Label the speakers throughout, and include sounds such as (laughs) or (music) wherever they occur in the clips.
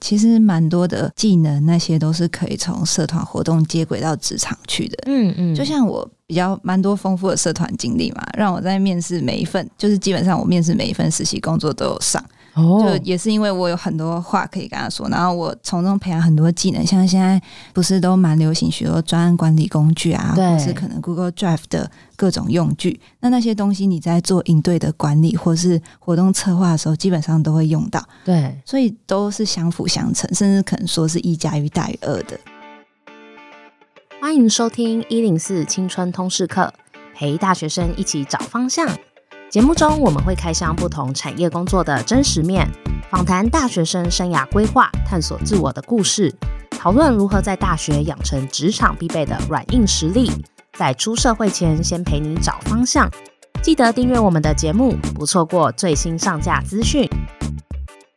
Speaker 1: 其实蛮多的技能，那些都是可以从社团活动接轨到职场去的。
Speaker 2: 嗯嗯，
Speaker 1: 就像我比较蛮多丰富的社团经历嘛，让我在面试每一份，就是基本上我面试每一份实习工作都有上，就
Speaker 2: 哦，
Speaker 1: 也是因为我有很多话可以跟他说，然后我从中培养很多技能，像现在不是都蛮流行许多专案管理工具啊，
Speaker 2: 对
Speaker 1: 或是可能 Google Drive 的各种用具，那那些东西你在做应对的管理或是活动策划的时候，基本上都会用到。
Speaker 2: 对，
Speaker 1: 所以都是相辅相成，甚至可能说是一加一大于二的。
Speaker 2: 欢迎收听一零四青春通识课，陪大学生一起找方向。节目中我们会开箱不同产业工作的真实面，访谈大学生生涯规划、探索自我的故事，讨论如何在大学养成职场必备的软硬实力，在出社会前先陪你找方向。记得订阅我们的节目，不错过最新上架资讯。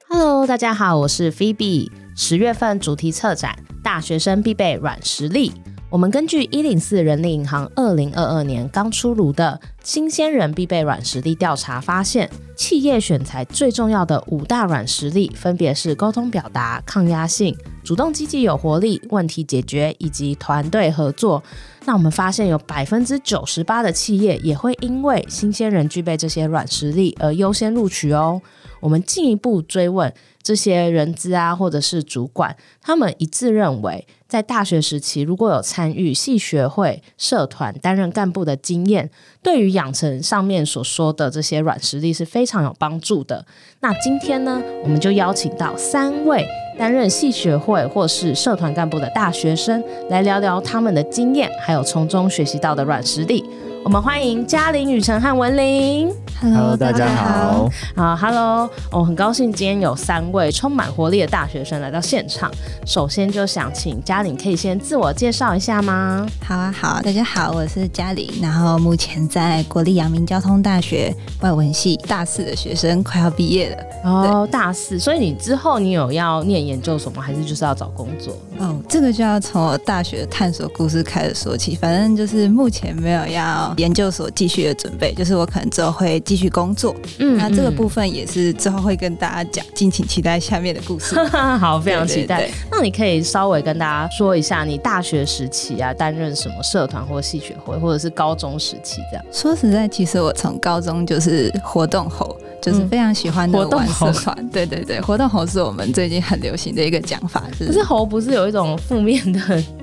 Speaker 2: Hello，大家好，我是 Phoebe。十月份主题策展《大学生必备软实力》，我们根据一零四人力银行二零二二年刚出炉的《新鲜人必备软实力调查》发现，企业选材最重要的五大软实力分别是沟通表达、抗压性、主动积极有活力、问题解决以及团队合作。那我们发现有百分之九十八的企业也会因为新鲜人具备这些软实力而优先录取哦。我们进一步追问这些人资啊，或者是主管，他们一致认为，在大学时期如果有参与系学会、社团、担任干部的经验，对于养成上面所说的这些软实力是非常有帮助的。那今天呢，我们就邀请到三位担任系学会或是社团干部的大学生，来聊聊他们的经验，还有从中学习到的软实力。我们欢迎嘉玲、雨辰和文玲。
Speaker 1: Hello，
Speaker 3: 大家好。，
Speaker 2: 好，Hello，哦，很高兴今天有三位充满活力的大学生来到现场。首先就想请嘉玲可以先自我介绍一下吗？
Speaker 1: 好啊，好啊，大家好，我是嘉玲，然后目前在国立阳明交通大学外文系大四的学生，快要毕业了。
Speaker 2: 哦，大四，所以你之后你有要念研究所吗？还是就是要找工作？
Speaker 1: 哦，这个就要从我大学探索故事开始说起。反正就是目前没有要研究所继续的准备，就是我可能之后会继续工作。
Speaker 2: 嗯
Speaker 1: 那啊这个部分也是之后会跟大家讲，敬请期待下面的故事。
Speaker 2: 分嗯 (laughs) 好，非常期待。
Speaker 1: 对对对
Speaker 2: 那你可以稍微跟大家说一下，你大学时期啊，担任什么社团或系学会，或者是高中时期这样？
Speaker 1: 说实在，其实我从高中就是活动猴，就是非常喜欢
Speaker 2: 嗯活
Speaker 1: 的
Speaker 2: 动
Speaker 1: 玩
Speaker 2: 猴
Speaker 1: 社团。对对对，活动猴是我们最近很流行的一个讲法，就
Speaker 2: 可
Speaker 1: 是啊
Speaker 2: 是猴不是有一种负面的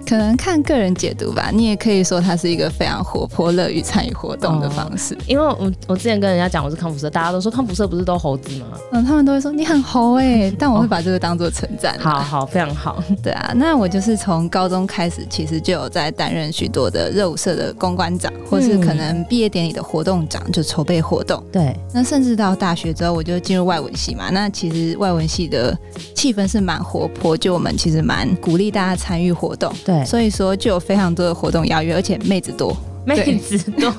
Speaker 1: 可能看个人解读吧。你也可以说它是一个非常活泼、乐于参与活动的方式。
Speaker 2: 因为我我之前跟人家讲我是康复社，大家都说康复社不是都猴子吗？
Speaker 1: 嗯，他们都会说你很猴哎、 (laughs) 但我会把这个当做称赞。
Speaker 2: 好，好，非常好。
Speaker 1: 对啊，那我就是从高中开始，其实就有在担任许多的热舞社的公关长，或是可能毕业典礼的活动长，就筹备活动。
Speaker 2: 对，
Speaker 1: 那甚至到大学之后，我就进入外文系嘛。那其实外文系的气氛是蛮活泼，就我们其实蛮鼓励大家参与活动，
Speaker 2: 对
Speaker 1: 所以说就有非常多的活动邀约，而且妹子
Speaker 2: (laughs)
Speaker 1: 多，
Speaker 2: 妹子多，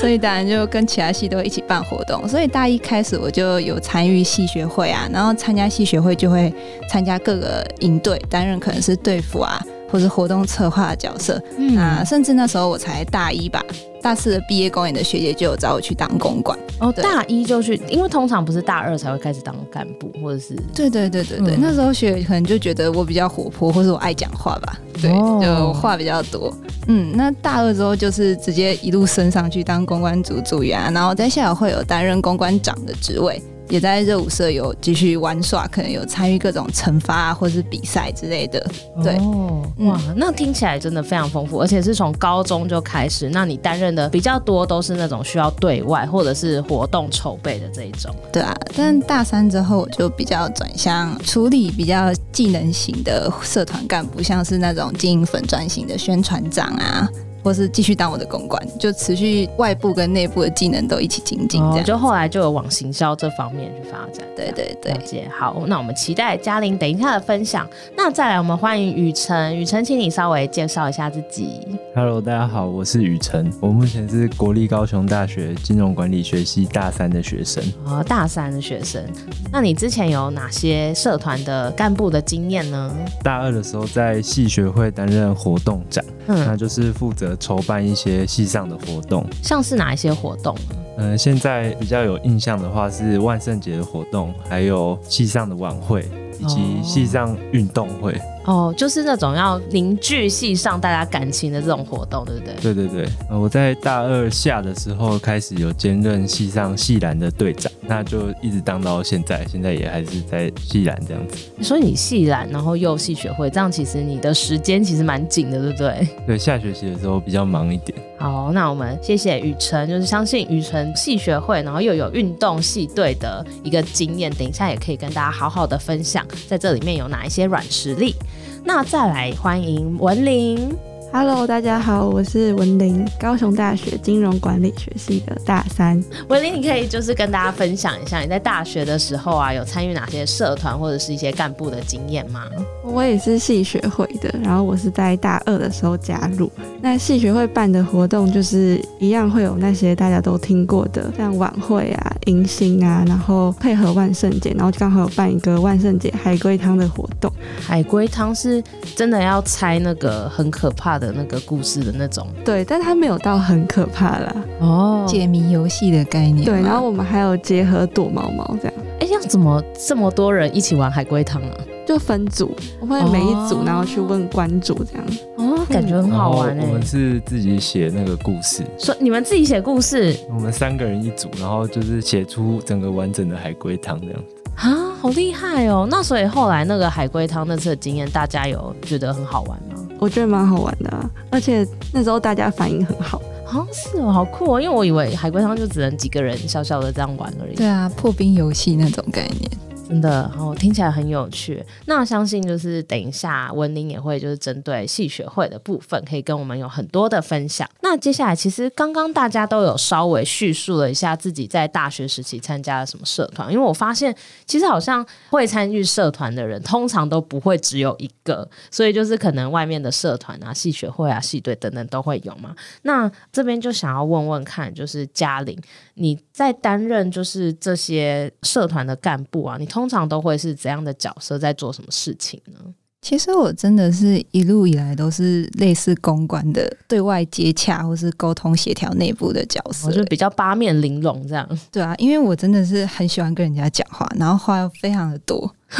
Speaker 1: 所以当然就跟其他系都一起办活动。所以大一开始我就有参与系学会啊，然后参加系学会就会参加各个营队，担任可能是队服啊，或是活动策划的角色。
Speaker 2: (laughs) 嗯
Speaker 1: 那甚至那时候我才大一吧，大四的毕业公演的学姐就有找我去当公关。
Speaker 2: 哦，
Speaker 1: 对
Speaker 2: 大一就去，因为通常不是大二才会开始当干部，或者是
Speaker 1: 对对对对对，
Speaker 2: 嗯
Speaker 1: 那时候学可能就觉得我比较活泼，或是我爱讲话吧，对，
Speaker 2: 哦
Speaker 1: 就话比较多。嗯，那大二之后就是直接一路升上去当公关组组员啊、然后在校友会有担任公关长的职位，也在热舞社有继续玩耍，可能有参与各种惩罚啊，或是比赛之类的。对
Speaker 2: 哦
Speaker 1: 嗯
Speaker 2: 哇，那听起来真的非常丰富，而且是从高中就开始。那你担任的比较多都是那种需要对外或者是活动筹备的这一种。
Speaker 1: 对啊，但大三之后我就比较转向处理比较技能型的社团干部，像是那种经营粉专型的宣传长啊，或是继续当我的公关，就持续外部跟内部的技能都一起精进这
Speaker 2: 哦
Speaker 1: 样。
Speaker 2: 就后来就有往行销这方面去发展。
Speaker 1: 对对对
Speaker 2: 了，解，好，那我们期待嘉玲等一下的分享。那再来，我们欢迎雨辰，雨辰，请你稍微介绍一下自己。
Speaker 3: Hello，大家好，我是雨辰，我目前是国立高雄大学金融管理学系大三的学生。
Speaker 2: 哦，大三的学生，那你之前有哪些社团的干部的经验呢？
Speaker 3: 大二的时候在系学会担任活动长，那
Speaker 2: 嗯，
Speaker 3: 就是负责筹办一些系上的活动。
Speaker 2: 像是哪一些活动？
Speaker 3: 嗯、现在比较有印象的话是万圣节的活动，还有系上的晚会。以及系上运动会。
Speaker 2: 哦，就是那种要凝聚系上大家感情的这种活动，对不对？
Speaker 3: 对对对，呃我在大二下的时候开始有兼任系上系篮的队长，那就一直当到现在，现在也还是在系篮这样子。
Speaker 2: 所以你系篮，然后又系学会，这样其实你的时间其实蛮紧的，对不对？ (laughs)
Speaker 3: 对，下学期的时候比较忙一点。
Speaker 2: 好，那我们谢谢雨辰，就是相信雨辰系学会，然后又有运动系队的一个经验，等一下也可以跟大家好好的分享，在这里面有哪一些软实力。那再来欢迎文玲，
Speaker 4: Hello，大家好，我是文玲，高雄大学金融管理学系的大三。
Speaker 2: 文玲，你可以就是跟大家分享一下你在大学的时候啊，有参与哪些社团或者是一些干部的经验吗？
Speaker 4: 我也是系学会的，然后我是在大二的时候加入。那系学会办的活动就是一样会有那些大家都听过的，像晚会啊、迎新啊，然后配合万圣节，然后刚好有办一个万圣节海龟汤的活动。
Speaker 2: 海龟汤是真的要猜那个很可怕的那个故事的那种
Speaker 4: 对，但它没有到很可怕啦。
Speaker 2: 哦
Speaker 1: 解谜游戏的概念吗。
Speaker 4: 对，然后我们还有结合躲猫猫这样。
Speaker 2: 哎、要怎么这么多人一起玩海龟汤啊？
Speaker 4: 就分组，我会每一组，
Speaker 2: 哦
Speaker 4: 然后去问关主这样。
Speaker 2: 哦，感觉很
Speaker 3: 然
Speaker 2: 好
Speaker 3: 后
Speaker 2: 玩哎、
Speaker 3: 我们是自己写那个故事，
Speaker 2: 说你们自己写故事
Speaker 3: 我们三个人一组，然后就是写出整个完整的海龟汤这样。
Speaker 2: 啊，好厉害哦！那所以后来那个海龟汤那次的经验，大家有觉得很好玩吗？
Speaker 4: 我觉得蛮好玩的啊、而且那时候大家反应很好。
Speaker 2: 好像是哦，好酷哦！因为我以为海龟汤就只能几个人小小的这样玩而已。
Speaker 1: 对啊，破冰游戏那种概念。
Speaker 2: 真的，哦，听起来很有趣。那相信就是等一下文玲也会就是针对戏学会的部分，可以跟我们有很多的分享。那接下来其实刚刚大家都有稍微叙述了一下自己在大学时期参加了什么社团，因为我发现其实好像会参与社团的人通常都不会只有一个，所以就是可能外面的社团啊、戏学会啊、戏队等等都会有嘛。那这边就想要问问看，就是嘉玲，你在担任就是这些社团的干部啊，你通常都会是怎样的角色，在做什么事情呢？
Speaker 1: 其实我真的是一路以来都是类似公关的对外接洽或是沟通协调内部的角色、
Speaker 2: 我哦就比较八面玲珑这样，
Speaker 1: 对啊，因为我真的是很喜欢跟人家讲话，然后话又非常的多。
Speaker 2: (laughs)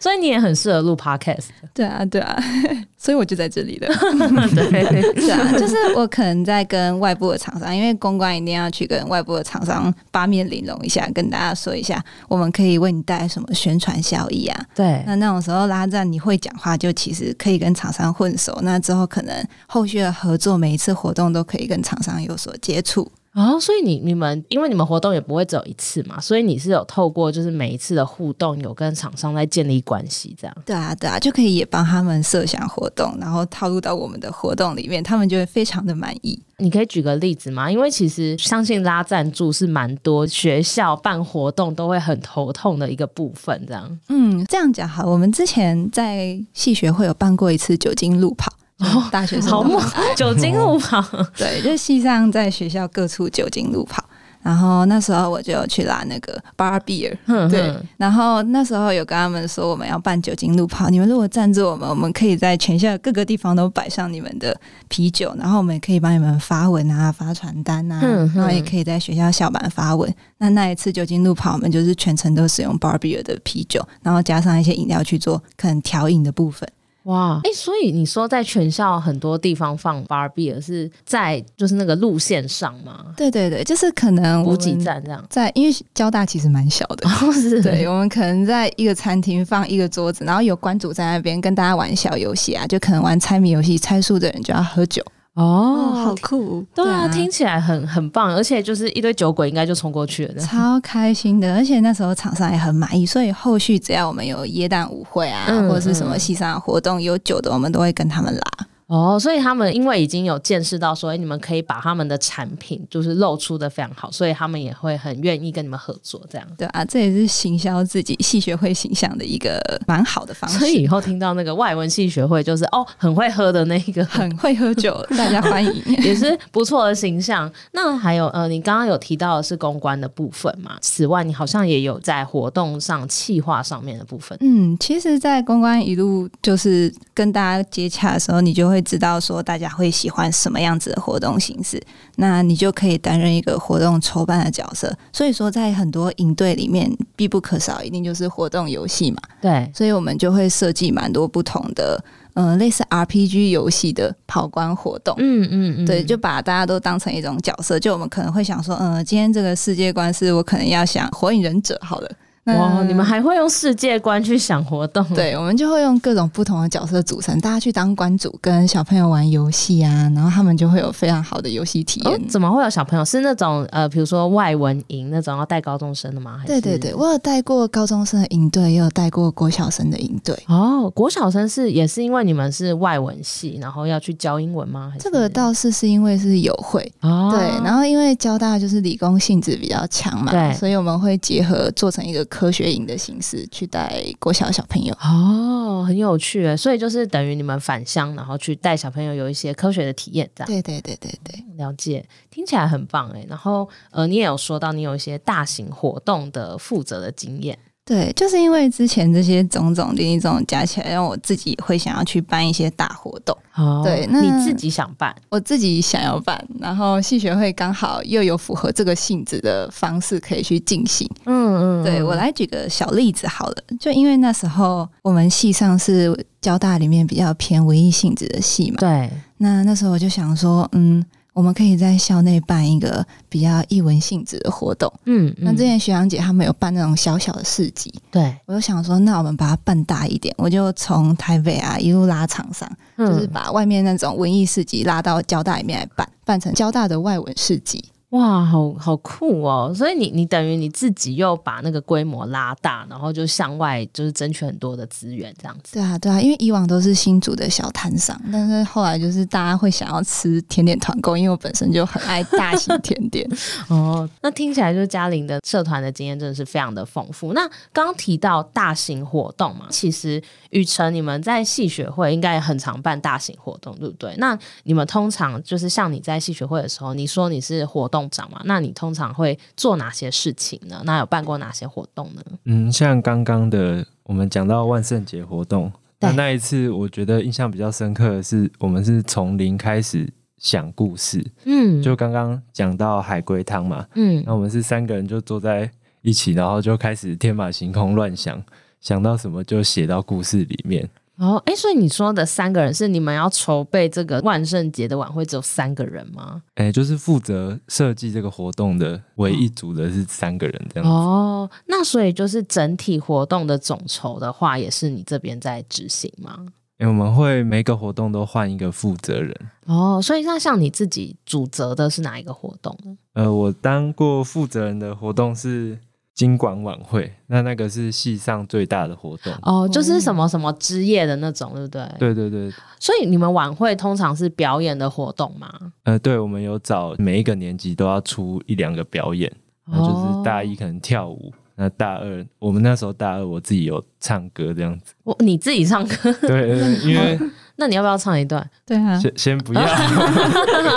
Speaker 2: 所以你也很适合录 podcast。
Speaker 1: (laughs) 对啊，对啊， (laughs) 所以我就在这里了。
Speaker 2: 对，
Speaker 1: (laughs) 对 (laughs) 啊，就是我可能在跟外部的厂商，因为公关一定要去跟外部的厂商八面玲珑一下，跟大家说一下，我们可以为你带来什么宣传效益啊。
Speaker 2: 对，
Speaker 1: 那那种时候拉赞你会讲话，就其实可以跟厂商混熟。那之后可能后续的合作，每一次活动都可以跟厂商有所接触。
Speaker 2: 哦，所以你你们因为你们活动也不会只有一次嘛，所以你是有透过就是每一次的互动，有跟厂商在建立关系这样。
Speaker 1: 对啊，对啊，就可以也帮他们设想活动，然后套入到我们的活动里面，他们就会非常的满意。
Speaker 2: 你可以举个例子吗？因为其实相信拉赞助是蛮多学校办活动都会很头痛的一个部分，这样。
Speaker 1: 嗯，这样讲好。我们之前在系学会有办过一次酒精路跑，就是大学生
Speaker 2: 哦好
Speaker 1: 都
Speaker 2: 猛
Speaker 1: 很爱！
Speaker 2: 酒精路跑， (laughs)
Speaker 1: 对，就是系上在学校各处酒精路跑。然后那时候我就有去拉那个 bar beer，
Speaker 2: 哼
Speaker 1: 对
Speaker 2: 哼，
Speaker 1: 然后那时候有跟他们说我们要办酒精路跑，你们如果赞助我们，我们可以在全校各个地方都摆上你们的啤酒，然后我们也可以帮你们发文啊、发传单 (laughs) 啊，
Speaker 2: 嗯
Speaker 1: 然后也可以在学校校版发文。那那一次酒精路跑，我们就是全程都使用 Barbier 的啤酒，然后加上一些饮料去做可能调饮的部分。
Speaker 2: 哇！哎、所以你说在全校很多地方放 bar beer 是在就是那个路线上吗？
Speaker 1: 对对对，就是可能我
Speaker 2: 补给
Speaker 1: 们？
Speaker 2: 站这样 (laughs)
Speaker 1: 在，因为交大其实蛮小的。
Speaker 2: 哦，是
Speaker 1: 对，我们可能在一个餐厅放一个桌子，然后有关主在那边跟大家玩小游戏啊，就可能玩猜谜游戏，猜输的人就要喝酒。
Speaker 4: 哦，
Speaker 2: 哦
Speaker 4: 好。酷！
Speaker 2: 对
Speaker 1: 对
Speaker 2: 啊，
Speaker 1: 啊
Speaker 2: 听起来很很棒，而且就是一堆酒鬼应该就冲过去
Speaker 1: (laughs)
Speaker 2: 了这样。
Speaker 1: 超开心的，而且那时候厂商也很满意，所以后续只要我们有椰蛋舞会啊，
Speaker 2: 嗯
Speaker 1: 或者是什么西山的活动有酒的，我们都会跟他们拉。
Speaker 2: 哦，所以他们因为已经有见识到说，哎，你们可以把他们的产品就是露出的非常好，所以他们也会很愿意跟你们合作这样。
Speaker 1: 对啊，这也是行销自己系学会形象的一个蛮好的方式。
Speaker 2: 所以以后听到那个外文系学会，就是哦，很会喝的那个，
Speaker 1: 很会喝酒，大家欢 (laughs) 迎。
Speaker 2: 也是不错的形象。那还有呃，你刚刚有提到的是公关的部分嘛？此外，你好像也有在活动上、企划上面的部分。
Speaker 1: 嗯，其实，在公关一路就是跟大家接洽的时候，你就会会知道说大家会喜欢什么样子的活动形式，那你就可以担任一个活动筹办的角色。所以说，在很多营队里面，必不可少一定就是活动游戏嘛。
Speaker 2: 对，
Speaker 1: 所以我们就会设计蛮多不同的，呃，类似 RPG 游戏的跑关活动。
Speaker 2: 嗯嗯嗯，
Speaker 1: 对，就把大家都当成一种角色。就我们可能会想说，嗯、今天这个世界观是我可能要想火影忍者好了。
Speaker 2: 哇，
Speaker 1: 那
Speaker 2: 你们还会用世界观去想活动？，
Speaker 1: 对，我们就会用各种不同的角色组成，大家去当关主，跟小朋友玩游戏啊，然后他们就会有非常好的游戏体验。
Speaker 2: 哦，怎么会有小朋友？是那种呃，比如说外文营那种要带高中生的吗？还
Speaker 1: 对
Speaker 2: 是
Speaker 1: 对对，。我有带过高中生的营队，也有带过国小生的营队。
Speaker 2: 哦，国小生是也是因为你们是外文系，然后要去教英文吗？还是
Speaker 1: 这个倒是是因为是友会，
Speaker 2: 嗯哦，
Speaker 1: 对，然后因为交大就是理工性质比较强嘛
Speaker 2: 对，
Speaker 1: 所以我们会结合做成一个科学营的形式去带国小小朋友。
Speaker 2: 哦，很有趣耶，所以就是等于你们返乡，然后去带小朋友有一些科学的体验，这样
Speaker 1: 对对对对对，
Speaker 2: 了解，听起来很棒哎。然后呃，你也有说到你有一些大型活动的负责的经验，
Speaker 1: 对，就是因为之前这些种种零零总总加起来，让我自己会想要去办一些大活动，
Speaker 2: 哦
Speaker 1: 对那
Speaker 2: 你自己想办
Speaker 1: 我自己想要办，然后系学会刚好又有符合这个性质的方式可以去进行。
Speaker 2: 嗯嗯，
Speaker 1: 对我来举个小例子好了，就因为那时候我们系上是交大里面比较偏文艺性质的系嘛，
Speaker 2: 对，
Speaker 1: 那那时候我就想说，嗯，我们可以在校内办一个比较艺文性质的活动。
Speaker 2: 嗯，
Speaker 1: 那之
Speaker 2: 嗯
Speaker 1: 前学长姐他们有办那种小小的市集，
Speaker 2: 对，
Speaker 1: 我就想说，那我们把它办大一点，我就从台北啊一路拉长上，就是
Speaker 2: 嗯
Speaker 1: 把外面那种文艺市集拉到交大里面来办，办成交大的外文市集。
Speaker 2: 哇，好好酷哦！所以你你等于你自己又把那个规模拉大，然后就向外就是争取很多的资源，这样子。
Speaker 1: 对啊，对啊，因为以往都是新竹的小摊商，但是后来就是大家会想要吃甜点团购，因为我本身就很爱大型甜点。
Speaker 2: 哦，那听起来就是嘉玲的社团的经验真的是非常的丰富。那刚刚提到大型活动嘛，其实雨辰你们在戏学会应该也很常办大型活动，对不对？那你们通常就是像你在戏学会的时候，你说你是活动长嘛，那你通常会做哪些事情呢？那有办过哪些活动呢？
Speaker 3: 嗯，像刚刚的我们讲到万圣节活动，
Speaker 2: 对
Speaker 3: 那那一次我觉得印象比较深刻的是，我们是从零开始想故事。
Speaker 2: 嗯，
Speaker 3: 就刚刚讲到海龟汤嘛，
Speaker 2: 嗯
Speaker 3: 那我们是三个人就坐在一起，然后就开始天马行空乱想，想到什么就写到故事里面。
Speaker 2: 哦，哎，所以你说的三个人是你们要筹备这个万圣节的晚会，只有三个人吗？
Speaker 3: 哎，就是负责设计这个活动的唯一组的是三个人这样子。
Speaker 2: 哦，那所以就是整体活动的总筹的话，也是你这边在执行吗？
Speaker 3: 哎，我们会每个活动都换一个负责人。
Speaker 2: 哦，所以那像你自己主责的是哪一个活动呢？
Speaker 3: 呃，我当过负责人的活动是金管晚会，那那个是系上最大的活动。
Speaker 2: 哦，就是什么什么之夜的那种，对不对？。
Speaker 3: 对对对，
Speaker 2: 所以你们晚会通常是表演的活动吗？
Speaker 3: 呃，对，我们有找每一个年级都要出一两个表演，然后就是大一
Speaker 2: 哦，
Speaker 3: 可能跳舞，那大二我们那时候大二我自己有唱歌这样子，
Speaker 2: 我你自己唱歌， (laughs)
Speaker 3: 对对，对因为
Speaker 2: 那你要不要唱一段？
Speaker 1: (laughs)
Speaker 2: (laughs)
Speaker 1: 对啊，
Speaker 3: 先先不要，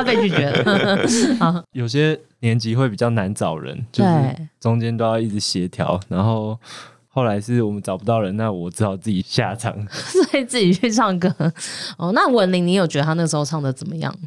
Speaker 2: 被拒绝 (laughs) 了。
Speaker 3: 有些年级会比较难找人，就是
Speaker 2: 对，
Speaker 3: 中间都要一直协调，然后后来是我们找不到人，那我只好自己下场。 (laughs)
Speaker 2: (laughs) 所以自己去唱歌。哦，那文玲，你有觉得他那时候唱的怎么样？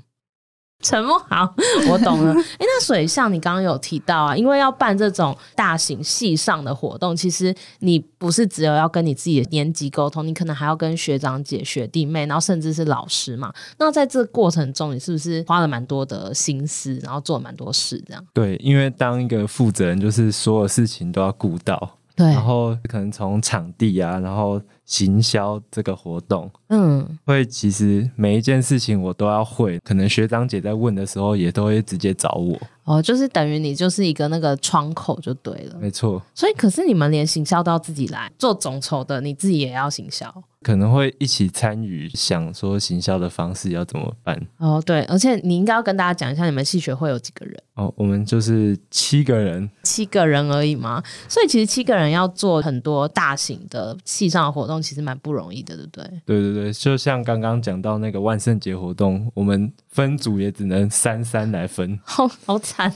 Speaker 2: 沉默，好，我懂 (laughs) 了。哎、那所以像你刚刚有提到啊，因为要办这种大型系上的活动，其实你不是只有要跟你自己的年级沟通，你可能还要跟学长姐、学弟妹，然后甚至是老师嘛。那在这个过程中，你是不是花了蛮多的心思，然后做了蛮多事这样？
Speaker 3: 对，因为当一个负责人，就是所有事情都要顾到，
Speaker 2: 对
Speaker 3: 然后可能从场地啊，然后行销这个活动，
Speaker 2: 嗯，
Speaker 3: 会其实每一件事情我都要会，可能学长姐在问的时候也都会直接找我。
Speaker 2: 哦，就是等于你就是一个那个窗口就对了。
Speaker 3: 没错，
Speaker 2: 所以，可是你们连行销都要自己来做总筹的，你自己也要行销
Speaker 3: 可能会一起参与，想说行销的方式要怎么办。
Speaker 2: 哦。对，而且你应该要跟大家讲一下，你们戏学会有几个人？
Speaker 3: 哦，我们就是七个人，
Speaker 2: 七个人而已嘛。所以其实七个人要做很多大型的戏上的活动，其实蛮不容易的，对不对？ (laughs)
Speaker 3: 对对对，就像刚刚讲到那个万圣节活动，我们分组也只能三三来分。
Speaker 2: 好好惨，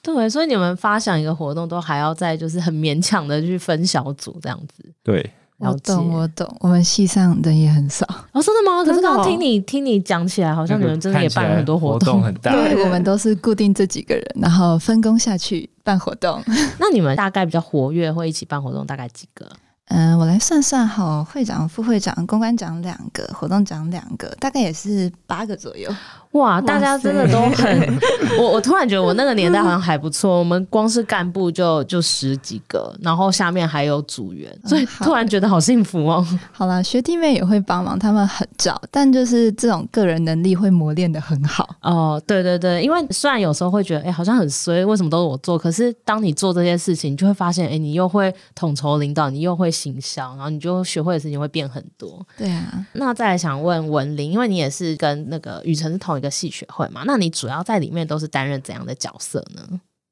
Speaker 2: 对。所以你们发想一个活动，都还要再就是很勉强的去分小组这样子。
Speaker 3: 对，
Speaker 1: 我
Speaker 2: 了解。
Speaker 1: 懂，我懂。我们系上人也很少，
Speaker 2: 哦，真的吗？可是
Speaker 4: 真的
Speaker 2: 刚
Speaker 4: 哦
Speaker 2: 刚听你听你讲起来，好像你们真的也办了很多
Speaker 3: 活
Speaker 2: 活动。
Speaker 3: 很大，
Speaker 4: 对
Speaker 1: 我们都是固定这几个人，然后分工下去办活动。
Speaker 2: (laughs)
Speaker 1: (laughs)
Speaker 2: 那你们大概比较活跃，会一起办活动，大概几个？
Speaker 1: 嗯，我来算算哈，会长、副会长、公关长两个，活动长两个，大概也是八个左右。
Speaker 2: 哇，大家真的都 (laughs) 很，我我突然觉得我那个年代好像还不错，我们光是干部就就十几个，然后下面还有组员，所以
Speaker 1: 嗯好
Speaker 2: 突然觉得好幸福哦。
Speaker 1: 好啦，学弟妹也会帮忙，他们很照，但就是这种个人能力会磨练的很好。
Speaker 2: 哦，对对对，因为虽然有时候会觉得，哎、好像很衰，为什么都是我做？可是当你做这些事情，你就会发现，哎、你又会统筹领导，你又会行销，然后你就学会的事情会变很多。
Speaker 1: 对啊，
Speaker 2: 那再来想问文玲，因为你也是跟那个雨辰是同一个系学会嘛，那你主要在里面都是担任怎样的角色呢？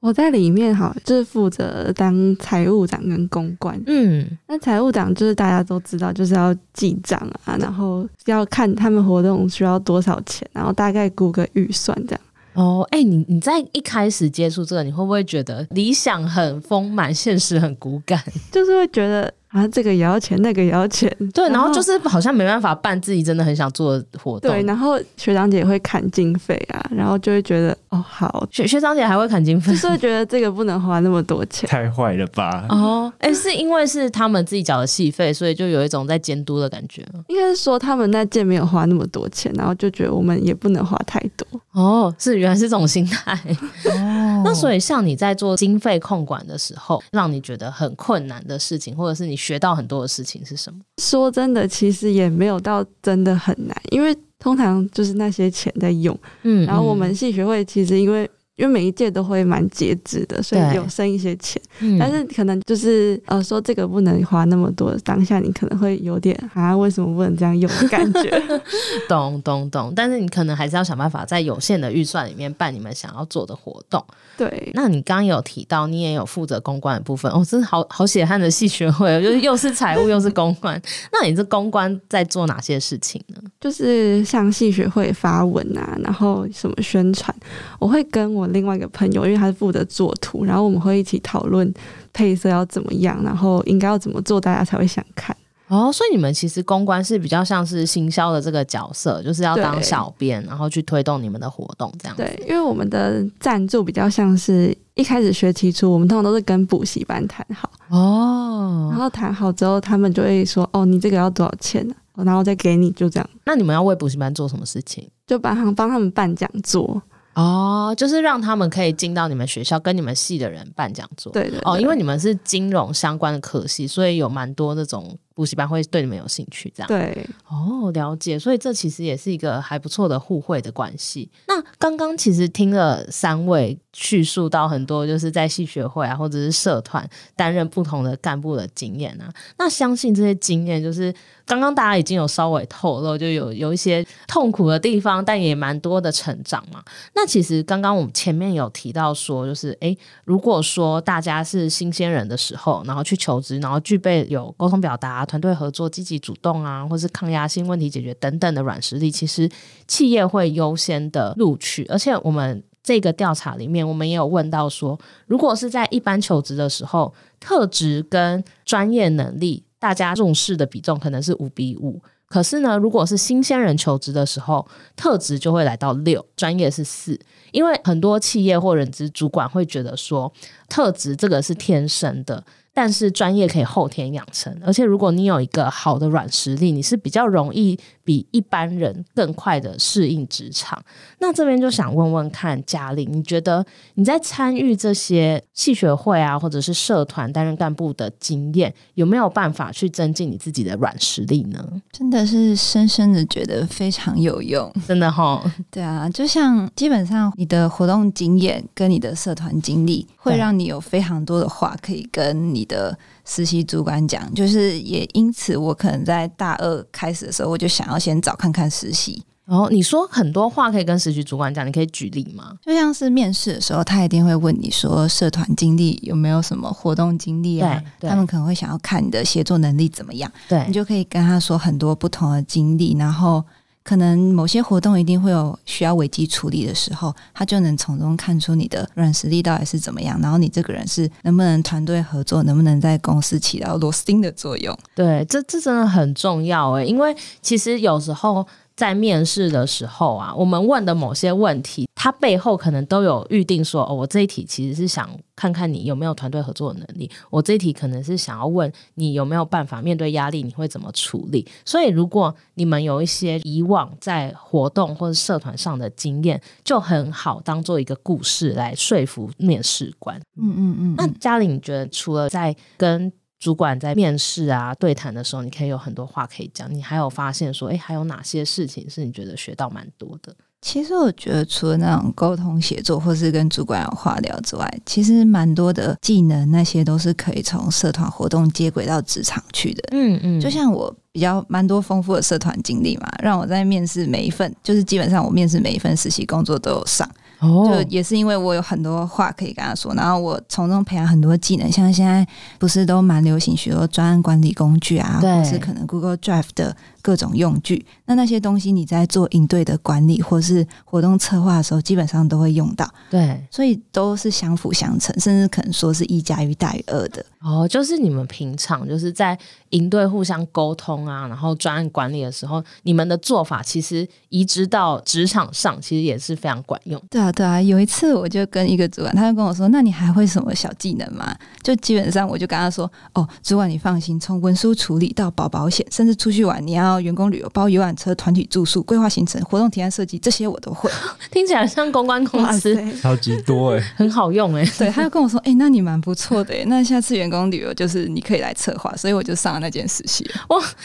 Speaker 4: 我在里面好就是负责当财务长跟公关。
Speaker 2: 嗯，
Speaker 4: 那财务长就是大家都知道，就是要记账啊，然后要看他们活动需要多少钱，然后大概估个预算这样。
Speaker 2: 哦，哎、你你在一开始接触这个，你会不会觉得理想很丰满，现实很骨感？ (laughs)
Speaker 4: 就是会觉得啊，这个也要钱，那个也要钱。
Speaker 2: 对，然后就是好像没办法办自己真的很想做的活动。
Speaker 4: 对，然后学长姐会砍经费啊，然后就会觉得哦，好，
Speaker 2: 学学长姐还会砍经费
Speaker 4: 就，是会觉得这个不能花那么多
Speaker 3: (laughs)
Speaker 4: 钱。
Speaker 3: 太坏了吧？
Speaker 2: 哦，哎、是因为是他们自己缴的戏费，所以就有一种在监督的感觉。
Speaker 4: 应该是说他们那届没有花那么多钱，然后就觉得我们也不能花太多。
Speaker 2: 哦，是原来是这种心态。
Speaker 1: 哦
Speaker 2: 那所以像你在做经费控管的时候，让你觉得很困难的事情，或者是你学到很多的事情是什么？
Speaker 4: 说真的，其实也没有到真的很难，因为通常就是那些钱在用。
Speaker 2: 嗯
Speaker 4: 然后我们系学会其实因为因为每一届都会蛮节制的，所
Speaker 2: 对
Speaker 4: 以有剩一些钱，
Speaker 2: 嗯
Speaker 4: 但是可能就是呃说这个不能花那么多，当下你可能会有点啊为什么不能这样用的感觉。 (laughs)
Speaker 2: 懂懂懂，但是你可能还是要想办法在有限的预算里面办你们想要做的活动。
Speaker 4: 对，
Speaker 2: 那你刚刚有提到，你也有负责公关的部分哦，真的好好血汗的系学会哦，就是又是财务又是公关。那你这公关在做哪些事情呢？
Speaker 4: 就是像系学会发文啊，然后什么宣传，我会跟我另外一个朋友，因为他是负责做图，然后我们会一起讨论配色要怎么样，然后应该要怎么做，大家才会想看。
Speaker 2: 哦，所以你们其实公关是比较像是行销的这个角色，就是要当
Speaker 4: 对
Speaker 2: 小编，然后去推动你们的活动这样子。
Speaker 4: 对，因为我们的赞助比较像是一开始学期初，我们通常都是跟补习班谈好，然
Speaker 2: 哦，
Speaker 4: 后谈好之后，他们就会说哦，你这个要多少钱、啊、然后再给你，就这样，
Speaker 2: 那你们要为补习班做什么事情？
Speaker 4: 就帮他们帮他们办讲座。
Speaker 2: 哦，就是让他们可以进到你们学校，跟你们系的人办讲座。
Speaker 4: 对对
Speaker 2: 哦，
Speaker 4: 对
Speaker 2: 因为你们是金融相关的科系，所以有蛮多那种补习班会对你们有兴趣，这样。
Speaker 4: 对，
Speaker 2: 哦，了解，所以这其实也是一个还不错的互惠的关系。那刚刚其实听了三位叙述到很多，就是在系学会啊，或者是社团担任不同的干部的经验啊。那相信这些经验，就是刚刚大家已经有稍微透露，就有有一些痛苦的地方，但也蛮多的成长嘛。那其实刚刚我们前面有提到说，就是诶，如果说大家是新鲜人的时候，然后去求职，然后具备有沟通表达、团队合作、积极主动啊，或是抗压性、问题解决等等的软实力，其实企业会优先的录取。而且我们这个调查里面，我们也有问到说，如果是在一般求职的时候，特质跟专业能力，大家重视的比重可能是五比五。可是呢，如果是新鲜人求职的时候，特质就会来到六，专业是四。因为很多企业或人资主管会觉得说，特质这个是天生的，但是专业可以后天养成。而且如果你有一个好的软实力，你是比较容易比一般人更快的适应职场。那这边就想问问看嘉玲，你觉得你在参与这些系学会啊，或者是社团担任干部的经验，有没有办法去增进你自己的软实力呢？
Speaker 1: 真的是深深的觉得非常有用。
Speaker 2: 真的哈、
Speaker 1: (laughs) 对啊，就像基本上你的活动经验跟你的社团经历，会
Speaker 2: 对
Speaker 1: 让你有非常多的话可以跟你的实习主管讲。就是也因此，我可能在大二开始的时候，我就想要先找看看实习。
Speaker 2: 然后哦你说很多话可以跟时局主管讲，你可以举例吗？
Speaker 1: 就像是面试的时候，他一定会问你说社团经历有没有什么活动经历啊？
Speaker 2: 对对
Speaker 1: 他们可能会想要看你的协作能力怎么样，
Speaker 2: 对
Speaker 1: 你就可以跟他说很多不同的经历，然后可能某些活动一定会有需要危机处理的时候，他就能从中看出你的软实力到底是怎么样，然后你这个人是能不能团队合作，能不能在公司起到螺丝钉的作用。
Speaker 2: 对，这这真的很重要诶，因为其实有时候在面试的时候啊，我们问的某些问题，它背后可能都有预定说，哦，我这一题其实是想看看你有没有团队合作的能力，我这一题可能是想要问你有没有办法面对压力，你会怎么处理。所以，如果你们有一些以往在活动或者社团上的经验，就很好当做一个故事来说服面试官。
Speaker 1: 嗯嗯嗯
Speaker 2: 那嘉玲，你觉得除了在跟主管在面试啊、对谈的时候，你可以有很多话可以讲，你还有发现说，哎，还有哪些事情是你觉得学到蛮多的？
Speaker 1: 其实我觉得，除了那种沟通协作或是跟主管有话聊之外，其实蛮多的技能那些都是可以从社团活动接轨到职场去的。
Speaker 2: 嗯嗯
Speaker 1: 就像我比较蛮多丰富的社团经历嘛，让我在面试每一份，就是基本上我面试每一份实习工作都有上，就
Speaker 2: 哦，
Speaker 1: 也是因为我有很多话可以跟他说，然后我从中培养很多技能，像现在不是都蛮流行许多专案管理工具啊，
Speaker 2: 对
Speaker 1: 或是可能 Google Drive 的各种用具，那那些东西你在做应对的管理或是活动策划的时候，基本上都会用到，
Speaker 2: 对，
Speaker 1: 所以都是相辅相成，甚至可能说是一加一大于二的。
Speaker 2: 哦，就是你们平常就是在营队互相沟通啊，然后专案管理的时候，你们的做法其实移植到职场上，其实也是非常管 (laughs) 用的。
Speaker 1: 对啊，对啊，有一次我就跟一个主管，他就跟我说：“那你还会什么小技能吗？”就基本上我就跟他说：“哦，主管你放心，从文书处理到保保险，甚至出去玩，你要员工旅游包、游览车、团体住宿、规划行程、活动提案设计，这些我都 (laughs) 会。
Speaker 2: 听起来像公关 (laughs) 公
Speaker 4: 哇塞
Speaker 2: 司，
Speaker 3: (laughs) 超级多哎、
Speaker 2: 很好用哎、”
Speaker 1: 对，他就跟我说：“哎、那你蛮不错的耶，那下次员工旅游就是你可以来策划。”所以我就上了那件实习了。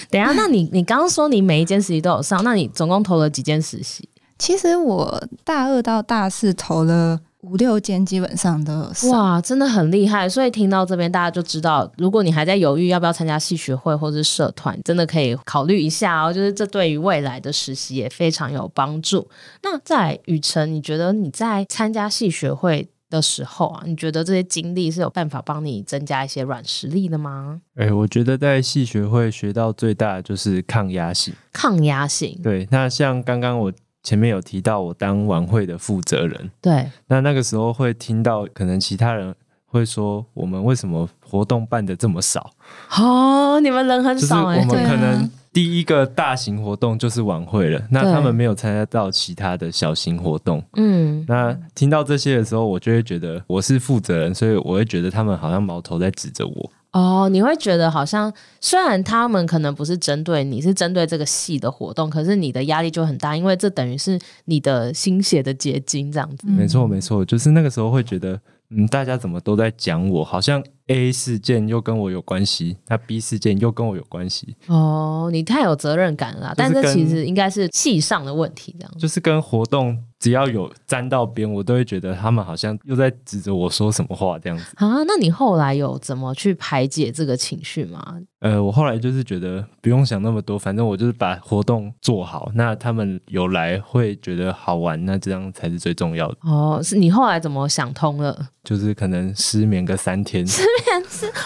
Speaker 2: 等一下，那你你刚刚说你每一间实习都有上，那你总共投了几间实习？
Speaker 1: 其实我大二到大四投了五六间，基本上都有上。
Speaker 2: 哇，真的很厉害！所以听到这边，大家就知道，如果你还在犹豫要不要参加戏学会或是社团，真的可以考虑一下哦。就是这对于未来的实习也非常有帮助。那在雨辰，你觉得你在参加戏学会的时候啊，你觉得这些经历是有办法帮你增加一些软实力的吗？
Speaker 3: (laughs) 哎、我觉得在戏学会学到最大的就是抗压性。
Speaker 2: 抗压性，
Speaker 3: 对，那像刚刚我前面有提到，我当晚会的负责人，
Speaker 2: 对
Speaker 3: 那那个时候会听到可能其他人会说，我们为什么活动办的这么少？
Speaker 2: 哦，你们人很
Speaker 3: 就是
Speaker 2: 少
Speaker 3: 我
Speaker 2: 哎、
Speaker 3: 们
Speaker 1: 对啊
Speaker 3: 可能第一个大型活动就是晚会了，那
Speaker 2: 对
Speaker 3: 他们没有参加到其他的小型活动。
Speaker 2: 嗯，
Speaker 3: 那听到这些的时候，我就会觉得我是负责人，所以我会觉得他们好像矛头在指着我。
Speaker 2: 哦，你会觉得好像虽然他们可能不是针对你，是针对这个系的活动，可是你的压力就很大，因为这等于是你的心血的结晶这样子。
Speaker 1: 嗯
Speaker 3: 没错，没错，就是那个时候会觉得，嗯，大家怎么都在讲我，好像 A 事件又跟我有关系，那 B 事件又跟我有关系，
Speaker 2: 哦，你太有责任感了啦，但
Speaker 3: 就是
Speaker 2: 这
Speaker 3: 跟
Speaker 2: 其实应该是系上的问题这样子。
Speaker 3: 就是跟活动只要有沾到边，我都会觉得他们好像又在指着我说什么话这样子。
Speaker 2: 啊，那你后来有怎么去排解这个情绪吗？
Speaker 3: 呃，我后来就是觉得不用想那么多，反正我就是把活动做好，那他们有来会觉得好玩，那这样才是最重要的。
Speaker 2: 哦，是你后来怎么想通了？ (laughs)
Speaker 3: 就是可能失眠个三天，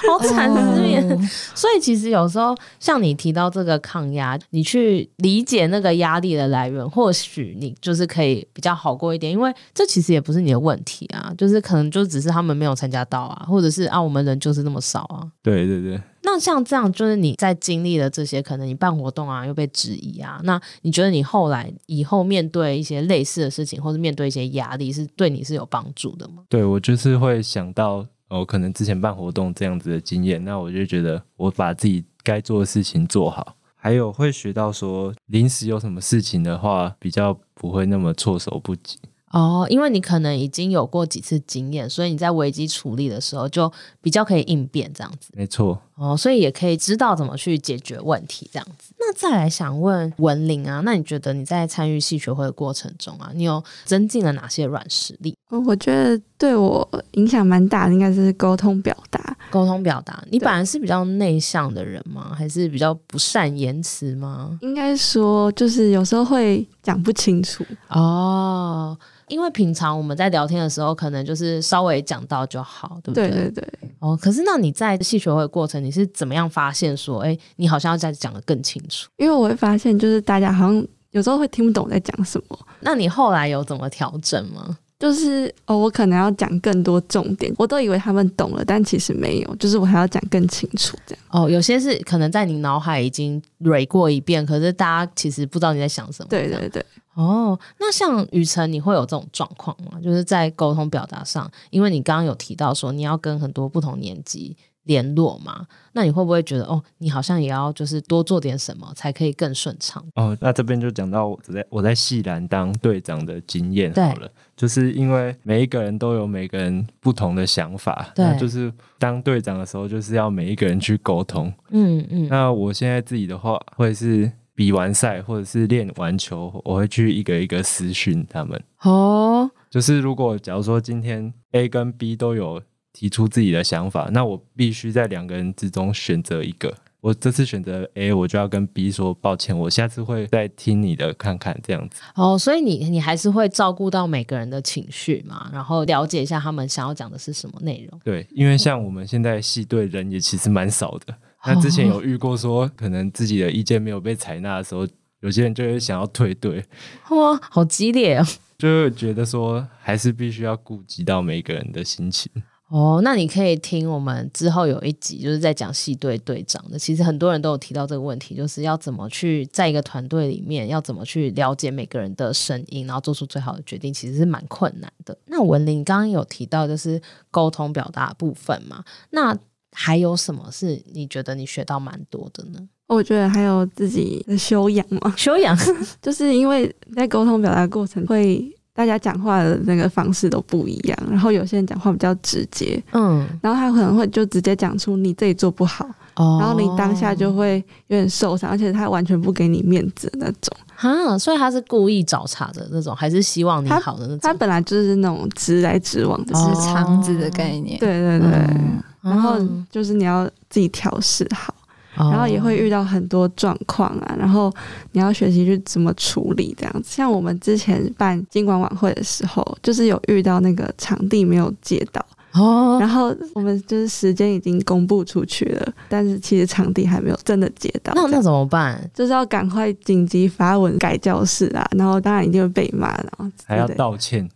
Speaker 2: 好惨
Speaker 1: 哦
Speaker 2: 的失眠。所以其实有时候像你提到这个抗压，你去理解那个压力的来源，或许你就是可以比较好过一点，因为这其实也不是你的问题啊，就是可能就只是他们没有参加到啊，或者是啊我们人就是那么少啊。
Speaker 3: 对对对。
Speaker 2: 那像这样，就是你在经历了这些，可能你办活动啊又被质疑啊，那你觉得你后来以后面对一些类似的事情，或者面对一些压力，是对你是有帮助的吗？
Speaker 3: 对我就是会想到，哦，可能之前办活动这样子的经验，那我就觉得我把自己该做的事情做好，还有会学到说，临时有什么事情的话，比较不会那么措手不及。
Speaker 2: 哦，因为你可能已经有过几次经验，所以你在危机处理的时候就比较可以应变这样子。
Speaker 3: 没错，
Speaker 2: 哦，所以也可以知道怎么去解决问题这样子。那再来想问文玲啊，那你觉得你在参与戏学会的过程中啊，你有增进了哪些软实力？
Speaker 4: 我觉得对我影响蛮大的，应该是沟通表达。
Speaker 2: 沟通表达，你
Speaker 4: 对
Speaker 2: 本来是比较内向的人吗？还是比较不善言辞吗？
Speaker 4: 应该说，就是有时候会讲不清楚，
Speaker 2: 哦，因为平常我们在聊天的时候，可能就是稍微讲到就好，嗯对不
Speaker 4: 对对对，
Speaker 2: 哦，可是那你在戏学会的过程，你是怎么样发现说，哎，你好像要再讲的更清楚？
Speaker 4: 因为我会发现，就是大家好像有时候会听不懂在讲什么。
Speaker 2: 那你后来有怎么调整吗？
Speaker 4: 就是哦，我可能要讲更多重点，我都以为他们懂了，但其实没有，就是我还要讲更清楚这样。
Speaker 2: 哦，有些是可能在你脑海已经蕊过一遍，可是大家其实不知道你在想什么。
Speaker 4: 对
Speaker 2: 这样
Speaker 4: 对对，
Speaker 2: 哦，那像雨辰，你会有这种状况吗？就是在沟通表达上，因为你刚刚有提到说你要跟很多不同年级联络嘛，那你会不会觉得哦，你好像也要就是多做点什么才可以更顺畅？
Speaker 3: 哦，那这边就讲到我在我在系篮当队长的经验
Speaker 2: 对
Speaker 3: 好了，就是因为每一个人都有每个人不同的想法，
Speaker 2: 对
Speaker 3: 那就是当队长的时候，就是要每一个人去沟通。
Speaker 2: 嗯嗯，
Speaker 3: 那我现在自己的话，会是比完赛或者是练完球，我会去一个一个私讯他们。
Speaker 2: 哦，
Speaker 3: 就是如果假如说今天 A 跟 B 都有提出自己的想法，那我必须在两个人之中选择一个。我这次选择 A，我就要跟 B 说抱歉，我下次会再听你的看看这样子。
Speaker 2: 哦，所以你你还是会照顾到每个人的情绪嘛，然后了解一下他们想要讲的是什么内容。
Speaker 3: 对，因为像我们现在系队人也其实蛮少
Speaker 4: 哦
Speaker 3: 的。那之前有遇过说，可能自己的意见没有被采纳的时候，有些人就会想要退队，
Speaker 2: 哇，好激烈哦！
Speaker 3: 就会觉得说还是必须要顾及到每个人的心情。
Speaker 2: 哦，那你可以听我们之后有一集就是在讲系队队长的。其实很多人都有提到这个问题，就是要怎么去在一个团队里面，要怎么去了解每个人的声音，然后做出最好的决定，其实是蛮困难的。那文林刚刚有提到就是沟通表达的部分嘛，那还有什么是你觉得你学到蛮多的呢？
Speaker 4: 我觉得还有自己的修养嘛， (laughs)
Speaker 2: 修养
Speaker 4: 就是因为在沟通表达过程会。大家讲话的那个方式都不一样，然后有些人讲话比较直接，
Speaker 2: 嗯，
Speaker 4: 然后他可能会就直接讲出你这里做不好，
Speaker 2: 哦
Speaker 4: 然后你当下就会有点受伤，而且他完全不给你面子的那种。
Speaker 2: 哈，所以他是故意找茬的那种，还是希望你
Speaker 4: 他
Speaker 2: 好的那
Speaker 4: 他
Speaker 2: 种？
Speaker 4: 本来就是那种直来直往的，
Speaker 1: 只
Speaker 2: 哦
Speaker 1: 是肠子的概念。
Speaker 4: 对对对。
Speaker 2: 嗯
Speaker 4: 然后
Speaker 2: 嗯
Speaker 4: 就是你要自己调试好，
Speaker 2: 哦
Speaker 4: 然后也会遇到很多状况啊，然后你要学习去怎么处理这样子。像我们之前办金管晚会的时候，就是有遇到那个场地没有借到，
Speaker 2: 哦，
Speaker 4: 然后我们就是时间已经公布出去了，但是其实场地还没有真的借到。
Speaker 2: 那
Speaker 4: 这样
Speaker 2: 那怎么办？
Speaker 4: 就是要赶快紧急发文改教室啊，然后当然一定会被骂，然后
Speaker 3: 还要
Speaker 4: 对
Speaker 3: 道歉，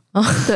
Speaker 4: 对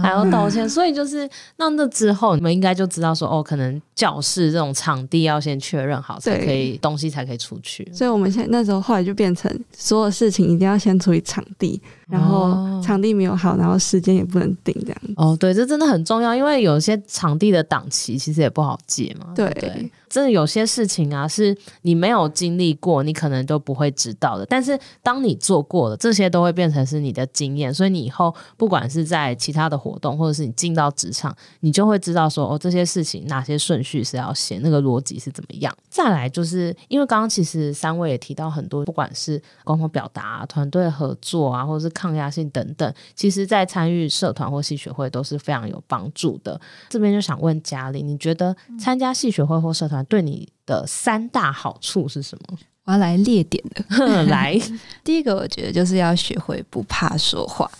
Speaker 2: 还要哎道歉，所以就是那那之后，你们应该就知道说，哦，可能教室这种场地要先确认好，才
Speaker 4: 对
Speaker 2: 可以东西才可以出去。
Speaker 4: 所以我们现在那时候后来就变成所有事情一定要先处理场地，然后场地没有好，然后时间也不能定这样。
Speaker 2: 哦，对，这真的很重要，因为有些场地的档期其实也不好借嘛。对
Speaker 4: 对
Speaker 2: 不对，真的有些事情啊，是你没有经历过，你可能都不会知道的。但是当你做过了，这些都会变成是你的经验，所以你以后不管是在其他的活动，或者是你进到职场，你就会知道说，哦，这些事情哪些顺序是要写，那个逻辑是怎么样。再来就是因为刚刚其实三位也提到很多，不管是沟通表达啊、团队合作啊，或者是抗压性等等，其实在参与社团或系学会都是非常有帮助的。这边就想问嘉玲，你觉得参加系学会或社团对你的三大好处是什么？ (laughs)
Speaker 1: 我要来列点了。
Speaker 2: 来，
Speaker 1: 第一个，我觉得就是要学会不怕说话。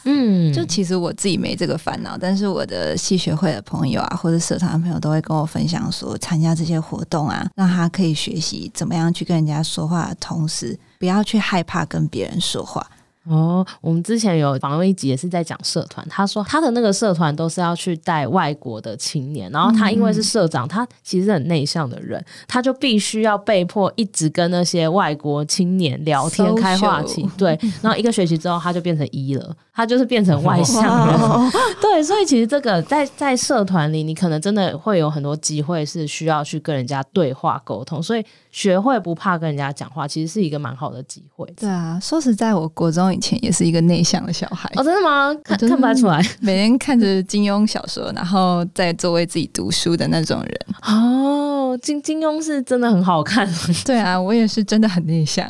Speaker 1: (laughs)
Speaker 2: 嗯，
Speaker 1: 就其实我自己没这个烦恼，但是我的系学会的朋友啊，或者社团的朋友都会跟我分享说，参加这些活动啊，让他可以学习怎么样去跟人家说话的同时，不要去害怕跟别人说话。
Speaker 2: 哦，我们之前有访问一集也是在讲社团，他说他的那个社团都是要去带外国的青年，然后他因为是社长，他其实是很内向的人，他就必须要被迫一直跟那些外国青年聊天
Speaker 1: Social
Speaker 2: 开话题，对，然后一个学期之后他就变成一了，他就是变成外向人，对，所以其实这个在在社团里，你可能真的会有很多机会是需要去跟人家对话沟通，所以学会不怕跟人家讲话，其实是一个蛮好的机会。
Speaker 1: 对啊，说实在，我国中以前也是一个内向的小孩，
Speaker 2: 哦，真的吗？看
Speaker 1: 真
Speaker 2: 看
Speaker 1: 的
Speaker 2: 不太出来。
Speaker 1: 每天看着金庸小说，然后在座位自己读书的那种人。
Speaker 2: (laughs) 哦，金金庸是真的很好看
Speaker 1: (laughs) 对啊，我也是真的很内向。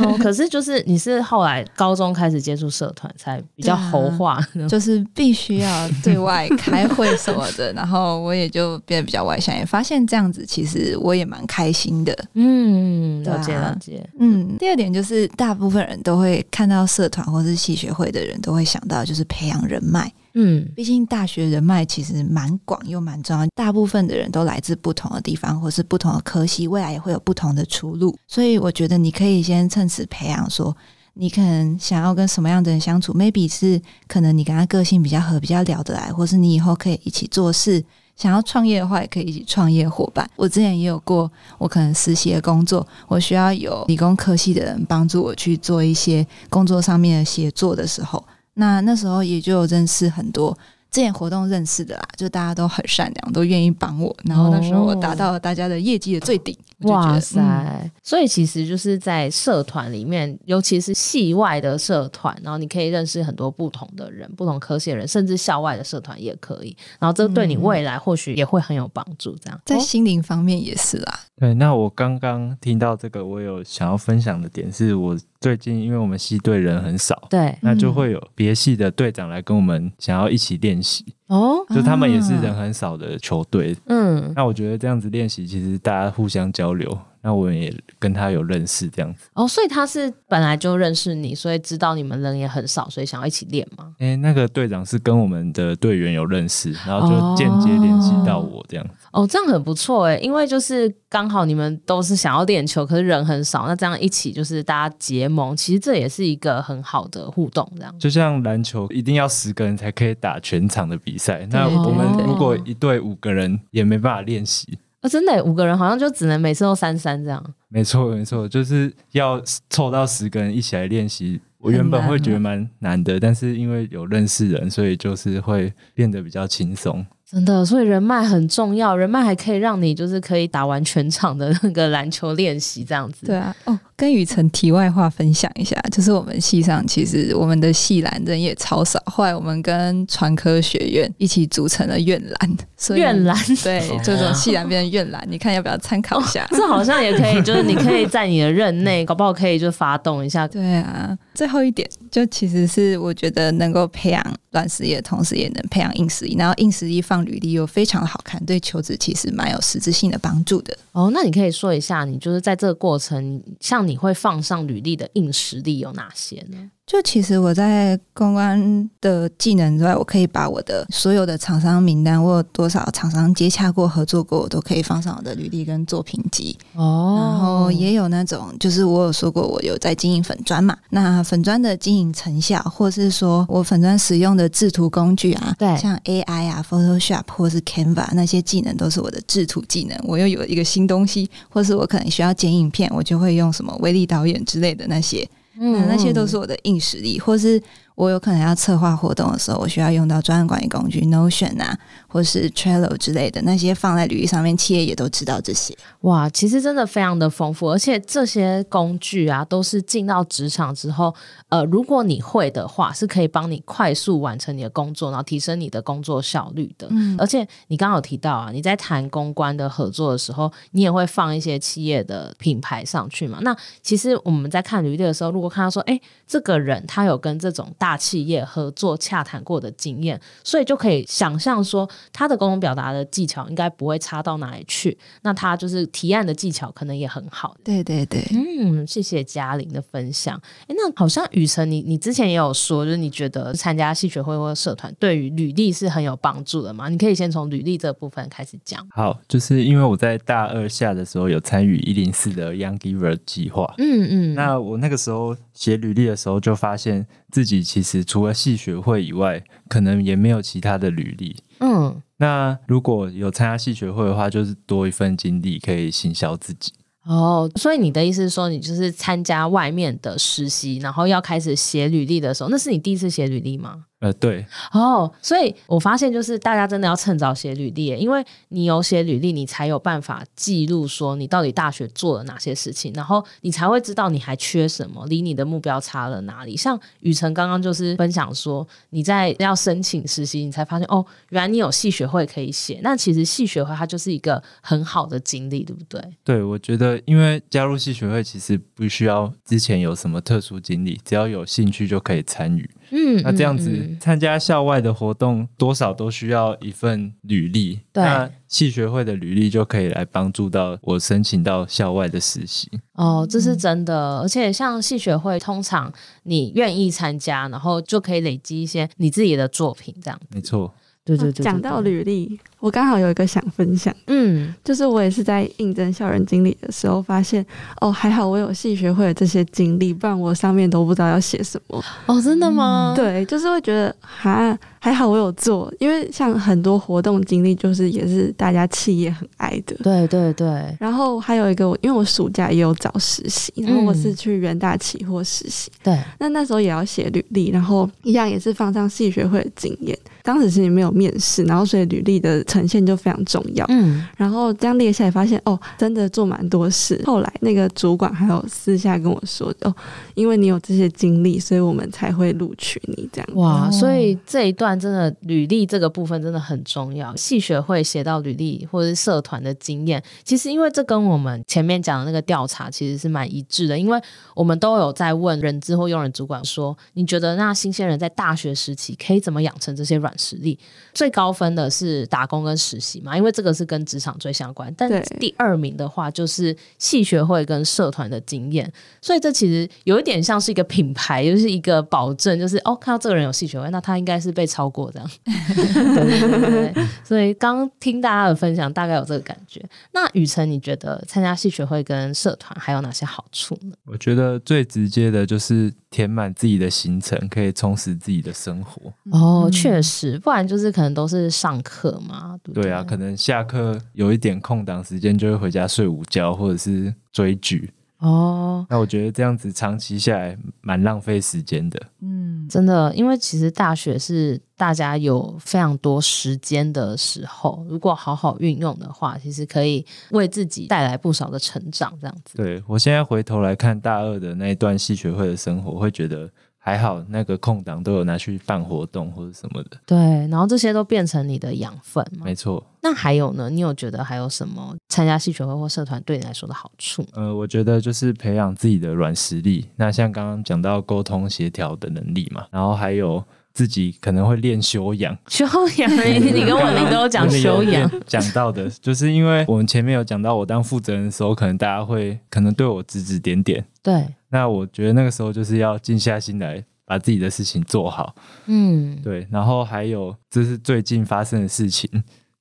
Speaker 2: 哦，可是就是你是后来高中开始接触社团才比较猴化，
Speaker 1: (laughs) 就是必须要对外开会什么的，然后我也就变得比较外向，也发现这样子其实我也蛮开心的。
Speaker 2: (laughs) 嗯，
Speaker 1: 对
Speaker 2: 了
Speaker 1: 啊
Speaker 2: 解了解，
Speaker 1: 嗯，第二点就是大部分人都会看到社团或是系学会的人都会想到就是培养人脉，
Speaker 2: 嗯
Speaker 1: 毕竟大学人脉其实蛮广又蛮重要，大部分的人都来自不同的地方或是不同的科系，未来也会有不同的出路，所以我觉得你可以先趁此培养说。你可能想要跟什么样的人相处，maybe 是可能你跟他个性比较合、比较聊得来，或是你以后可以一起做事。想要创业的话，也可以一起创业伙伴。我之前也有过，我可能实习的工作，我需要有理工科系的人帮助我去做一些工作上面的协作的时候，那那时候也就有认识很多之前活动认识的啦，就大家都很善良，都愿意帮我。然后那时候我达到了大家的业绩的最顶，我就觉得
Speaker 2: 哇塞！
Speaker 1: 嗯
Speaker 2: 所以其实就是在社团里面，尤其是系外的社团，然后你可以认识很多不同的人、不同科系的人，甚至校外的社团也可以。然后这对你未来或许也会很有帮助。这样，
Speaker 1: 在
Speaker 2: 哦
Speaker 1: 心灵方面也是啦。
Speaker 3: 对，那我刚刚听到这个，我有想要分享的点是，我最近因为我们系队人很少，
Speaker 2: 对
Speaker 3: 那就会有别系的队长来跟我们想要一起练习，
Speaker 2: 哦，
Speaker 3: 就他们也是
Speaker 1: 啊
Speaker 3: 人很少的球队，
Speaker 2: 嗯，
Speaker 3: 那我觉得这样子练习，其实大家互相交流。那我也跟他有认识，这样子。
Speaker 2: 哦，所以他是本来就认识你，所以知道你们人也很少，所以想要一起练吗？
Speaker 3: 哎、那个队长是跟我们的队员有认识，然后就间接联系到我这样。
Speaker 2: 哦，这样很不错哎，因为就是刚好你们都是想要练球，可是人很少，那这样一起就是大家结盟，其实这也是一个很好的互动，这样。
Speaker 3: 就像篮球，一定要十个人才可以打全场的比赛。那
Speaker 1: 对
Speaker 3: 我
Speaker 2: 对
Speaker 3: 们如果
Speaker 2: 对
Speaker 3: 一队五个人，也没办法练习。
Speaker 2: 哦，真的耶，五个人好像就只能每次都三三这样。
Speaker 3: 没错，没错，就是要凑到十个人一起来练习。我原本会觉得蛮难的，但是因为有认识人，所以就是会变得比较轻松。
Speaker 2: 真的，所以人脉很重要，人脉还可以让你就是可以打完全场的那个篮球练习这样子。
Speaker 1: 对，啊，哦，跟雨辰题外话分享一下，就是我们系上其实我们的系篮人也超少，后来我们跟传科学院一起组成了院篮，所以
Speaker 2: 院篮 (laughs)
Speaker 1: 对这种系篮变成院篮，你看要不要参考一下？
Speaker 2: 这好像也可以，就是你可以在你的任内，搞不好可以就发动一下。
Speaker 1: 对啊，最后一点就其实是我觉得能够培养软实力的同时，也能培养硬实力，然后硬实力放履历又非常好看，对求职其实蛮有实质性的帮助的。
Speaker 2: 哦，那你可以说一下，你就是在这个过程，像你会放上履历的硬实力有哪些呢？
Speaker 1: 就其实我在公关的技能之外，我可以把我的所有的厂商名单，我有多少厂商接洽过、合作过，我都可以放上我的履历跟作品集。
Speaker 2: 哦
Speaker 1: 然后也有那种，就是我有说过，我有在经营粉砖嘛。那粉砖的经营成效，或是说我粉砖使用的制图工具啊，
Speaker 2: 对
Speaker 1: 像 AI 啊、Photoshop 或是 Canva 那些技能，都是我的制图技能。我又有一个新东西，或是我可能需要剪影片，我就会用什么威力导演之类的那些。嗯，那些都是我的硬实力，或是我有可能要策划活动的时候，我需要用到专案管理工具 Notion 啊，或是 Trello 之类的那些放在履历上面，企业也都知道这些。
Speaker 2: 哇，其实真的非常的丰富，而且这些工具啊，都是进到职场之后，呃，如果你会的话，是可以帮你快速完成你的工作，然后提升你的工作效率的。
Speaker 1: 嗯
Speaker 2: 而且你刚刚有提到啊，你在谈公关的合作的时候，你也会放一些企业的品牌上去嘛？那其实我们在看履历的时候，如果看到说，哎，这个人他有跟这种大企业合作洽谈过的经验，所以就可以想象说，他的沟通表达的技巧应该不会差到哪里去。那他就是提案的技巧可能也很好。
Speaker 1: 对对对，
Speaker 2: 嗯，谢谢嘉玲的分享。哎，那好像雨辰，你你之前也有说，就是你觉得参加戏学会或社团对于履历是很有帮助的嘛？你可以先从履历这部分开始讲。
Speaker 3: 好，就是因为我在大二下的时候有参与一零四的 Young Giver 计划。
Speaker 2: 嗯嗯，
Speaker 3: 那我那个时候写履历的时候，就发现自己其实除了系学会以外，可能也没有其他的履历。
Speaker 2: 嗯
Speaker 3: 那如果有参加系学会的话，就是多一份经历可以行销自己。
Speaker 2: 哦，所以你的意思是说，你就是参加外面的实习，然后要开始写履历的时候，那是你第一次写履历吗？
Speaker 3: 呃，对，
Speaker 2: 哦，所以我发现就是大家真的要趁早写履历耶，因为你有写履历，你才有办法记录说你到底大学做了哪些事情，然后你才会知道你还缺什么，离你的目标差了哪里。像雨辰刚刚就是分享说，你在要申请实习，你才发现哦，原来你有系学会可以写。那其实系学会它就是一个很好的经历，对不对？
Speaker 3: 对，我觉得因为加入系学会其实不需要之前有什么特殊经历，只要有兴趣就可以参与。
Speaker 2: 嗯，
Speaker 3: 那这样
Speaker 2: 嗯
Speaker 3: 子
Speaker 2: 嗯
Speaker 3: 参加校外的活动，多少都需要一份履历。
Speaker 2: 对
Speaker 3: 那系学会的履历就可以来帮助到我申请到校外的实习。
Speaker 2: 哦，这是真的，而且像戏学会，通常你愿意参加，然后就可以累积一些你自己的作品，这样。
Speaker 3: 没错，
Speaker 2: 对对对对
Speaker 4: 啊讲
Speaker 2: 对
Speaker 4: 到履历，我刚好有一个想分享，
Speaker 2: 嗯
Speaker 4: 就是我也是在应征校园经理的时候发现，哦，还好我有系学会的这些经历，不然我上面都不知道要写什么。
Speaker 2: 哦，真的吗？
Speaker 4: 对，就是会觉得哈，还好我有做，因为像很多活动经历，就是也是大家企业很爱的。
Speaker 2: 对对对，
Speaker 4: 然后还有一个，我因为我暑假也有找实习，然后我是
Speaker 2: 嗯
Speaker 4: 去元大期货实习，
Speaker 2: 对，
Speaker 4: 那那时候也要写履历，然后一样也是放上系学会的经验。当时其实没有面试，然后所以履历的呈现就非常重要。
Speaker 2: 嗯，
Speaker 4: 然后这样列下来，发现哦，真的做蛮多事。后来那个主管还有私下跟我说，哦，因为你有这些经历，所以我们才会录取你这样。
Speaker 2: 哇，
Speaker 1: 哦
Speaker 2: 所以这一段真的履历这个部分真的很重要。系学会写到履历或者是社团的经验，其实因为这跟我们前面讲的那个调查其实是蛮一致的，因为我们都有在问人资或用人主管说，你觉得那新鲜人在大学时期可以怎么养成这些软实力？最高分的是打工跟实习嘛，因为这个是跟职场最相关。但
Speaker 4: 对
Speaker 2: 第二名的话就是系学会跟社团的经验，所以这其实有一点像是一个品牌，就是一个保证，就是哦，看到这个人有系学会，那他应该是被超过这样。 (laughs) 对对对对对所以刚听大家的分享，大概有这个感觉。那雨辰，你觉得参加系学会跟社团还有哪些好处呢？
Speaker 3: 我觉得最直接的就是填满自己的行程，可以充实自己的生活。
Speaker 2: 哦，确实，不然就是可能都是上课嘛，对不
Speaker 3: 对啊，可能下课有一点空档时间，就会回家睡午觉或者是追剧。
Speaker 2: 哦，
Speaker 3: 那我觉得这样子长期下来蛮浪费时间的。
Speaker 1: 嗯，
Speaker 2: 真的，因为其实大学是大家有非常多时间的时候，如果好好运用的话，其实可以为自己带来不少的成长。这样子，
Speaker 3: 对我现在回头来看大二的那一段戏学会的生活，会觉得还好，那个空档都有拿去办活动或者什么的。
Speaker 2: 对，然后这些都变成你的养分嘛。
Speaker 3: 没错，
Speaker 2: 那还有呢？你有觉得还有什么参加戏学会或社团对你来说的好处？
Speaker 3: 呃，我觉得就是培养自己的软实力。那像刚刚讲到沟通协调的能力嘛，然后还有自己可能会练修养。
Speaker 2: (laughs) 修养，你你跟文玲都有
Speaker 3: (laughs)
Speaker 2: 讲修养，，
Speaker 3: 讲到的，就是因为我们前面有讲到，我当负责人的时候，可能大家会可能对我指指点点。
Speaker 2: 对，
Speaker 3: 那我觉得那个时候就是要静下心来，把自己的事情做好。
Speaker 2: 嗯，
Speaker 3: 对，然后还有这是最近发生的事情，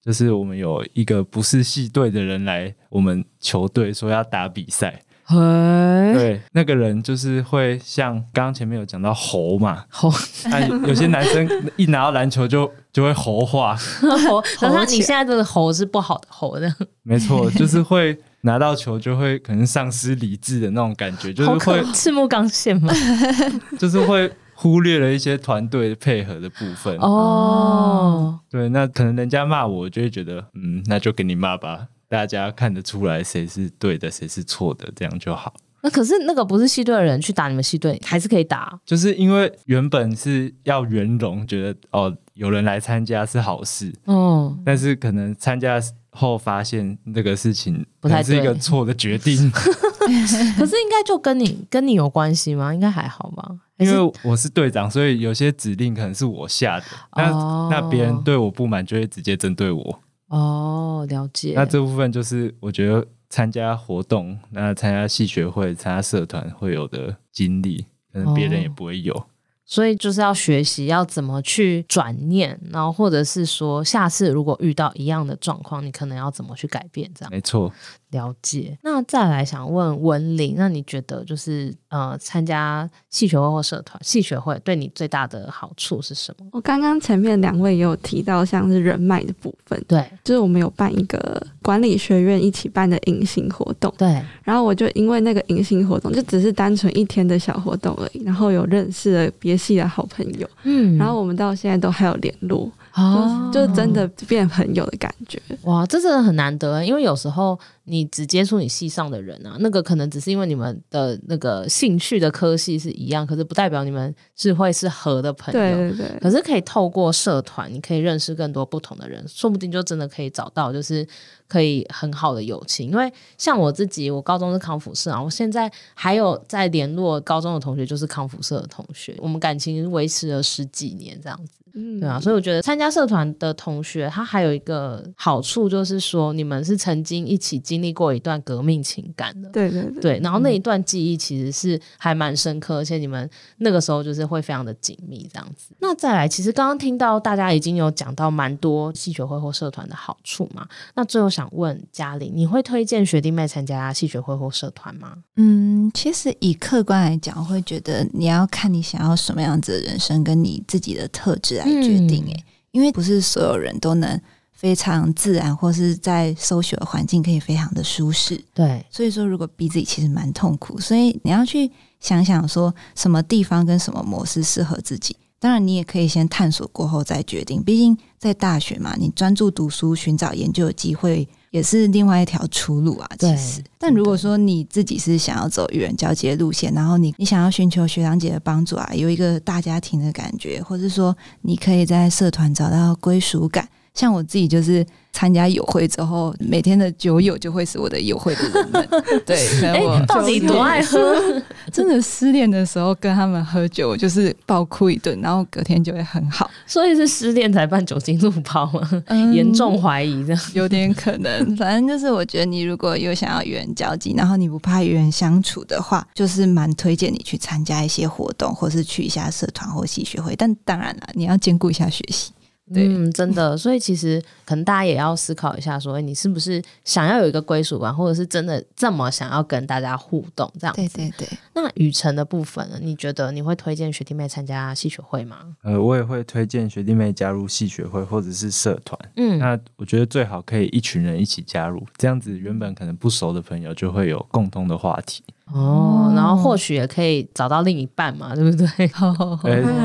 Speaker 3: 就是我们有一个不是系队的人来我们球队说要打比赛。
Speaker 2: 嘿，
Speaker 3: 对，那个人就是会像刚刚前面有讲到
Speaker 2: (laughs)
Speaker 3: 猴嘛，
Speaker 2: 好，
Speaker 3: 哎，有些男生一拿到篮球就就会猴化，
Speaker 2: (laughs) 猴，然后
Speaker 1: 起来
Speaker 2: 你现在这个猴是不好的猴的，
Speaker 3: 没错，就是会拿到球就会可能丧失理智的那种感觉，就是
Speaker 2: 好
Speaker 3: 会
Speaker 2: 可赤木刚宪 (laughs) 嘛。
Speaker 3: 就是会忽略了一些团队配合的部分。
Speaker 2: 哦，
Speaker 3: 对，那可能人家骂我，我就会觉得，嗯，那就给你骂吧，大家看得出来谁是对的，谁是错的，这样就好。
Speaker 2: 那可是那个不是系队的人去打你们系队，还是可以打。
Speaker 3: 就是因为原本是要圆融，觉得哦，有人来参加是好事，
Speaker 2: 嗯，
Speaker 3: 但是可能参加后发现这个事情
Speaker 2: 不太
Speaker 3: 可能是一个
Speaker 2: 对
Speaker 3: 错
Speaker 2: (laughs)
Speaker 3: 的决定，
Speaker 2: 可是应该就跟你跟你有关系吗？应该还好吧？还
Speaker 3: 因
Speaker 2: 是
Speaker 3: 为我是队长，所以有些指令可能是我下的，那、
Speaker 2: 哦
Speaker 3: 那别人对我不满就会直接针对我，
Speaker 2: 哦，了解。
Speaker 3: 那这部分就是我觉得参加活动、那参加系学会、参加社团会有的经历，可能别人也不会有。
Speaker 2: 哦所以就是要学习要怎么去转念，然后或者是说，下次如果遇到一样的状况，你可能要怎么去改变？这样
Speaker 3: 没错，
Speaker 2: 了解。那再来想问文玲，那你觉得就是呃，参加系学会或社团，系学会对你最大的好处是什么？
Speaker 4: 我刚刚前面两位也有提到，像是人脉的部分，
Speaker 2: 对
Speaker 4: 就是我们有办一个管理学院一起办的迎新活动， (laughs)
Speaker 2: 对，
Speaker 4: 然后我就因为那个迎新活动，就只是单纯一天的小活动而已，然后有认识了别系的好朋友，
Speaker 2: 嗯
Speaker 4: 然后我们到现在都还有联络，
Speaker 2: 哦
Speaker 4: 就就真的变朋友的感觉。
Speaker 2: 哇，这真的很难得欸，因为有时候你只接触你系上的人啊，那个可能只是因为你们的那个兴趣的科系是一样，可是不代表你们是会是合的朋
Speaker 4: 对
Speaker 2: 友。呃
Speaker 4: 对对，
Speaker 2: 可是可以透过社团，你可以认识更多不同的人，说不定就真的可以找到就是可以很好的友情。因为像我自己，我高中是康复社啊，我现在还有在联络高中的同学，就是康复社的同学，我们感情维持了十几年这样子。
Speaker 4: 嗯
Speaker 2: 对啊，所以我觉得参加社团的同学，他还有一个好处就是说，你们是曾经一起经历过一段革命情感的。
Speaker 4: 对对对，
Speaker 2: 对，嗯然后那一段记忆其实是还蛮深刻，而且你们那个时候就是会非常的紧密这样子。那再来，其实刚刚听到大家已经有讲到蛮多戏学会或社团的好处嘛，那最后想问嘉玲，你会推荐学弟妹参加戏学会或社团吗？
Speaker 1: 嗯，其实以客观来讲，我会觉得你要看你想要什么样子的人生，跟你自己的特质来决定。诶、因为不是所有人都能非常自然，或是在搜寻的环境可以非常的舒适。
Speaker 2: 对，
Speaker 1: 所以说，如果逼自己其实蛮痛苦，所以你要去想想说什么地方跟什么模式适合自己。当然，你也可以先探索过后再决定。毕竟在大学嘛，你专注读书、寻找研究的机会也是另外一条出路啊。
Speaker 2: 对
Speaker 1: 其实，但如果说你自己是想要走与人交接的路线，然后你你想要寻求学长姐的帮助啊，有一个大家庭的感觉，或是说你可以在社团找到归属感。像我自己就是参加友会之后，每天的酒友就会是我的友会的人们。 (laughs) 对，可能哎我
Speaker 2: 哎到底多爱喝？
Speaker 1: 真的失恋的时候跟他们喝酒，我就是爆哭一顿，然后隔天就会很好。
Speaker 2: (laughs) 所以是失恋才办酒精路跑吗？
Speaker 1: 嗯 (laughs)
Speaker 2: 严重怀疑这样。
Speaker 1: 有点可能，反正就是我觉得你如果有想要与人交际，然后你不怕与人相处的话，就是蛮推荐你去参加一些活动，或是去一下社团或系学会。但当然了，你要兼顾一下学习。对
Speaker 2: 嗯，真的，所以其实可能大家也要思考一下说，哎，你是不是想要有一个归属感，或者是真的这么想要跟大家互动这样子？
Speaker 1: 对 (laughs) 对，
Speaker 2: 那雨辰的部分呢？你觉得你会推荐学弟妹参加戏曲会吗？
Speaker 3: 呃，我也会推荐学弟妹加入系学会或者是社团。
Speaker 2: 嗯，
Speaker 3: 那我觉得最好可以一群人一起加入，这样子原本可能不熟的朋友就会有共同的话题。
Speaker 2: 哦，然后或许也可以找到另一半嘛，对不对？ (laughs)
Speaker 3: 哎、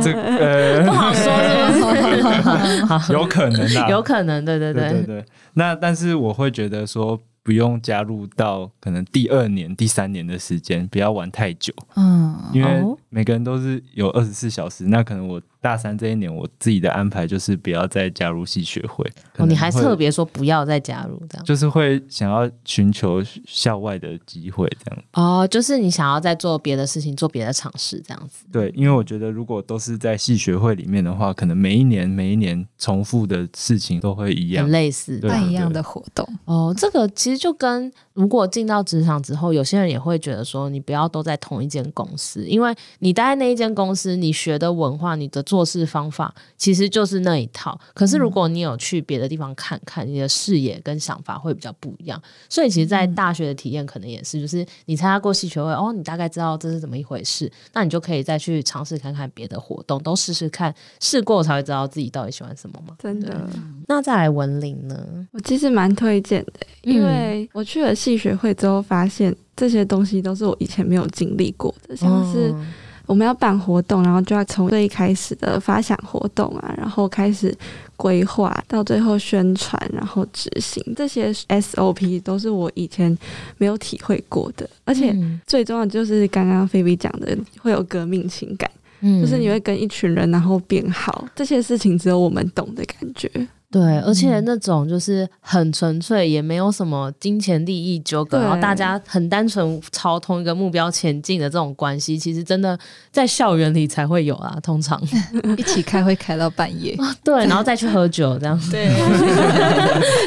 Speaker 3: 这
Speaker 2: 哦不
Speaker 3: 呃，
Speaker 2: 好说，是不是？好
Speaker 3: (laughs) 有可能啦，
Speaker 2: (laughs) 有可能，对对
Speaker 3: 啊对对
Speaker 2: 对，
Speaker 3: 对。那但是我会觉得说，不用加入到可能第二年、第三年的时间，不要玩太久，
Speaker 1: 嗯，
Speaker 3: 因为
Speaker 2: 哦
Speaker 3: 每个人都是有二十四小时。那可能我大三这一年，我自己的安排就是不要再加入系学会。可
Speaker 2: 哦，
Speaker 3: 能
Speaker 2: 你还
Speaker 3: 会
Speaker 2: 特别说不要再加入这样
Speaker 3: 就是会想要寻求校外的机会，这样
Speaker 2: 哦，就是你想要再做别的事情，做别的尝试这样子。
Speaker 3: 对，因为我觉得如果都是在系学会里面的话，可能每一年每一年重复的事情都会一样
Speaker 2: 很，类似，
Speaker 3: 对
Speaker 1: 办一样的活动，
Speaker 2: 哦，这个其实就跟如果进到职场之后，有些人也会觉得说，你不要都在同一间公司，因为你待在那一间公司，你学的文化、你的做事方法其实就是那一套。可是如果你有去别的地方看看，你的视野跟想法会比较不一样。所以其实，在大学的体验可能也是，就是你参加过系学会，哦，你大概知道这是怎么一回事，那你就可以再去尝试看看别的活动，都试试看，试过才会知道自己到底喜欢什么嘛。
Speaker 4: 真的，
Speaker 2: 那再来文玲呢？
Speaker 4: 我其实蛮推荐的，
Speaker 2: 嗯
Speaker 4: 因为我去了戏学会之后，发现这些东西都是我以前没有经历过的，像是
Speaker 2: 嗯
Speaker 4: 我们要办活动，然后就要从最开始的发想活动啊，然后开始规划，到最后宣传，然后执行，这些 SOP 都是我以前没有体会过的。而且
Speaker 2: 嗯
Speaker 4: 最重要的就是刚刚菲比讲的，会有革命情感，
Speaker 2: 嗯
Speaker 4: 就是你会跟一群人然后变好，这些事情只有我们懂的感觉。
Speaker 2: 对，而
Speaker 4: 嗯
Speaker 2: 且那种就是很纯粹，也没有什么金钱利益纠葛，
Speaker 4: 对
Speaker 2: 然后大家很单纯朝同一个目标前进的这种关系，其实真的在校园里才会有啦，通常
Speaker 1: (laughs) 一起开会开到半夜。
Speaker 2: 对，然后再去喝酒这样，
Speaker 1: 对，
Speaker 2: (laughs)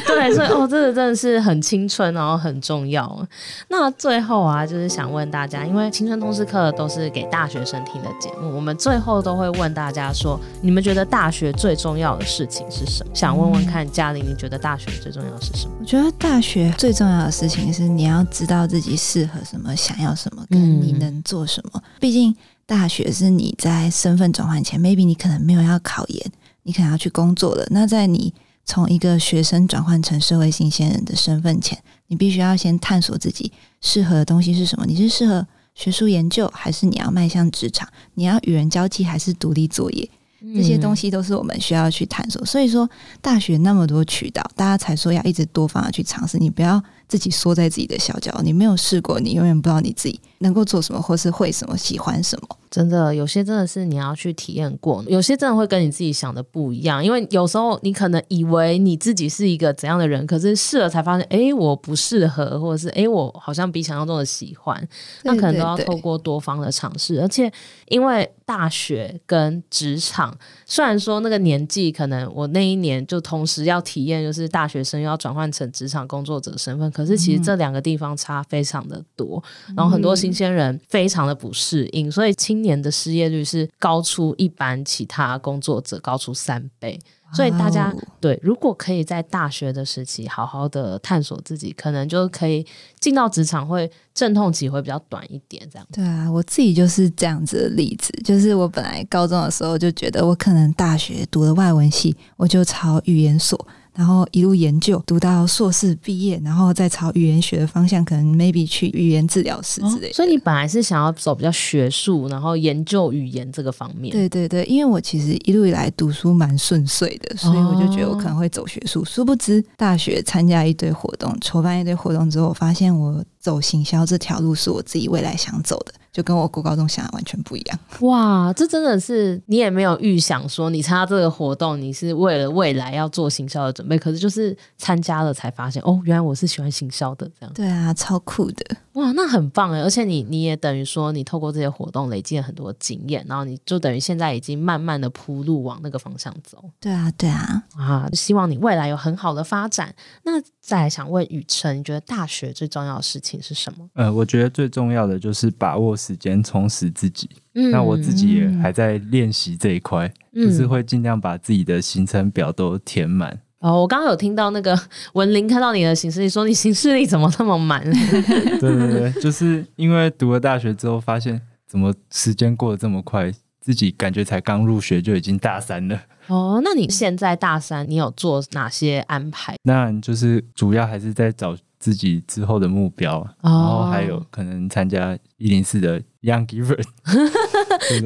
Speaker 2: 对，所以哦，这个真的是很青春，然后很重要。那最后啊，就是想问大家，因为青春通识课都是给大学生听的节目，我们最后都会问大家说，你们觉得大学最重要的事情是什么？想问问看嘉玲，你觉得大学最重要的是什么？
Speaker 1: 我觉得大学最重要的事情是你要知道自己适合什么、想要什么，跟你
Speaker 2: 嗯
Speaker 1: 能做什么。毕竟大学是你在身份转换前，maybe 你可能没有要考研，你可能要去工作了。那在你从一个学生转换成社会新鲜人的身份前，你必须要先探索自己适合的东西是什么。你是适合学术研究，还是你要迈向职场？你要与人交际，还是独立作业？这些东
Speaker 2: 西。
Speaker 1: 西都是我们需要去探索。所以说，大学那么多渠道，大家才说要一直多方的去尝试。你不要自己缩在自己的小角，你没有试过，你永远不知道你自己能够做什么，或是会什么，喜欢什么。
Speaker 2: 真的，有些真的是你要去体验过，有些真的会跟你自己想的不一样。因为有时候你可能以为你自己是一个怎样的人，可是试了才发现，哎，我不适合，或者是哎，我好像比想象中的喜欢。那可能都要
Speaker 1: 对对
Speaker 2: 透过多方的尝试，而且因为大学跟职场，虽然说那个年纪，可能我那一年就同时要体验，就是大学生又要转换成职场工作者身份，可是
Speaker 1: 嗯
Speaker 2: 其实这两个地方差非常的多，然后很多新鲜人非常的不适应，所以青年的失业率是高出一般其他工作者高出三倍。所以大家
Speaker 1: 哇哦
Speaker 2: 对，如果可以在大学的时期好好的探索自己，可能就可以进到职场会阵痛期会比较短一点，这样。
Speaker 1: 对啊，我自己就是这样子的例子。就是我本来高中的时候就觉得，我可能大学读了外文系，我就朝语言所，然后一路研究，读到硕士毕业，然后再朝语言学的方向，可能 maybe 去语言治疗师之类的。
Speaker 2: 哦所以你本来是想要走比较学术，然后研究语言这个方面。
Speaker 1: 对对对，因为我其实一路以来读书蛮顺遂的，所以我就觉得我可能会走学术。殊不知，大学参加一堆活动，筹办一堆活动之后，我发现我走行销这条路是我自己未来想走的，就跟我国高中想的完全不一样。
Speaker 2: 哇，这真的是你也没有预想说你参加这个活动，你是为了未来要做行销的准备，可是就是参加了才发现，哦，原来我是喜欢行销的这样。
Speaker 1: 对啊，超酷的。
Speaker 2: 哇，那很棒哎！而且你你也等于说，你透过这些活动累积了很多经验，然后你就等于现在已经慢慢的铺路往那个方向走
Speaker 1: 对啊，对啊，
Speaker 2: 啊！希望你未来有很好的发展。那再来想问雨辰，你觉得大学最重要的事情是什么？
Speaker 3: 呃，我觉得最重要的就是把握时间，充实自己。
Speaker 2: 嗯
Speaker 3: 那我自己也还在练习这一块，就是会尽量把自己的行程表都填满。
Speaker 2: 哦，我刚刚有听到那个 (laughs) 文玲看到你的行事历，说你行事历怎么那么满？
Speaker 3: (laughs) 对对对，就是因为读了大学之后，发现怎么时间过得这么快，自己感觉才刚入学就已经大三了。
Speaker 2: (laughs)
Speaker 3: (laughs)
Speaker 2: 哦，那你现在大三，你有做哪些安排？
Speaker 3: 那就是主要还是在找自己之后的目标，
Speaker 2: 哦
Speaker 3: 然后哦还有可能参加一零四的
Speaker 2: (laughs)
Speaker 3: Young Giver。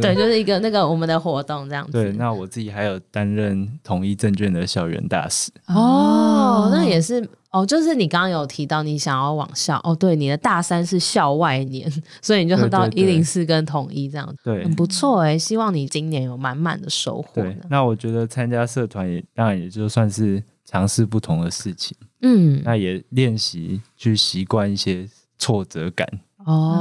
Speaker 2: 对，就是一个那个我们的活动这样子。
Speaker 3: 对，那我自己还有担任统一证券的校园大使。
Speaker 2: 哦，那也是哦，就是你刚刚有提到你想要往校哦，对，你的大三是校外年，所以你就
Speaker 3: 对对
Speaker 2: 到一
Speaker 3: 对
Speaker 2: 零四跟统一这样，
Speaker 3: 对
Speaker 2: 很不错哎、希望你今年有满满的收获
Speaker 3: 对
Speaker 2: 呢，。
Speaker 3: 那我觉得参加社团也当然也就算是尝试不同的事情，
Speaker 2: 嗯，
Speaker 3: 那也练习去习惯一些挫折感。
Speaker 2: 哦，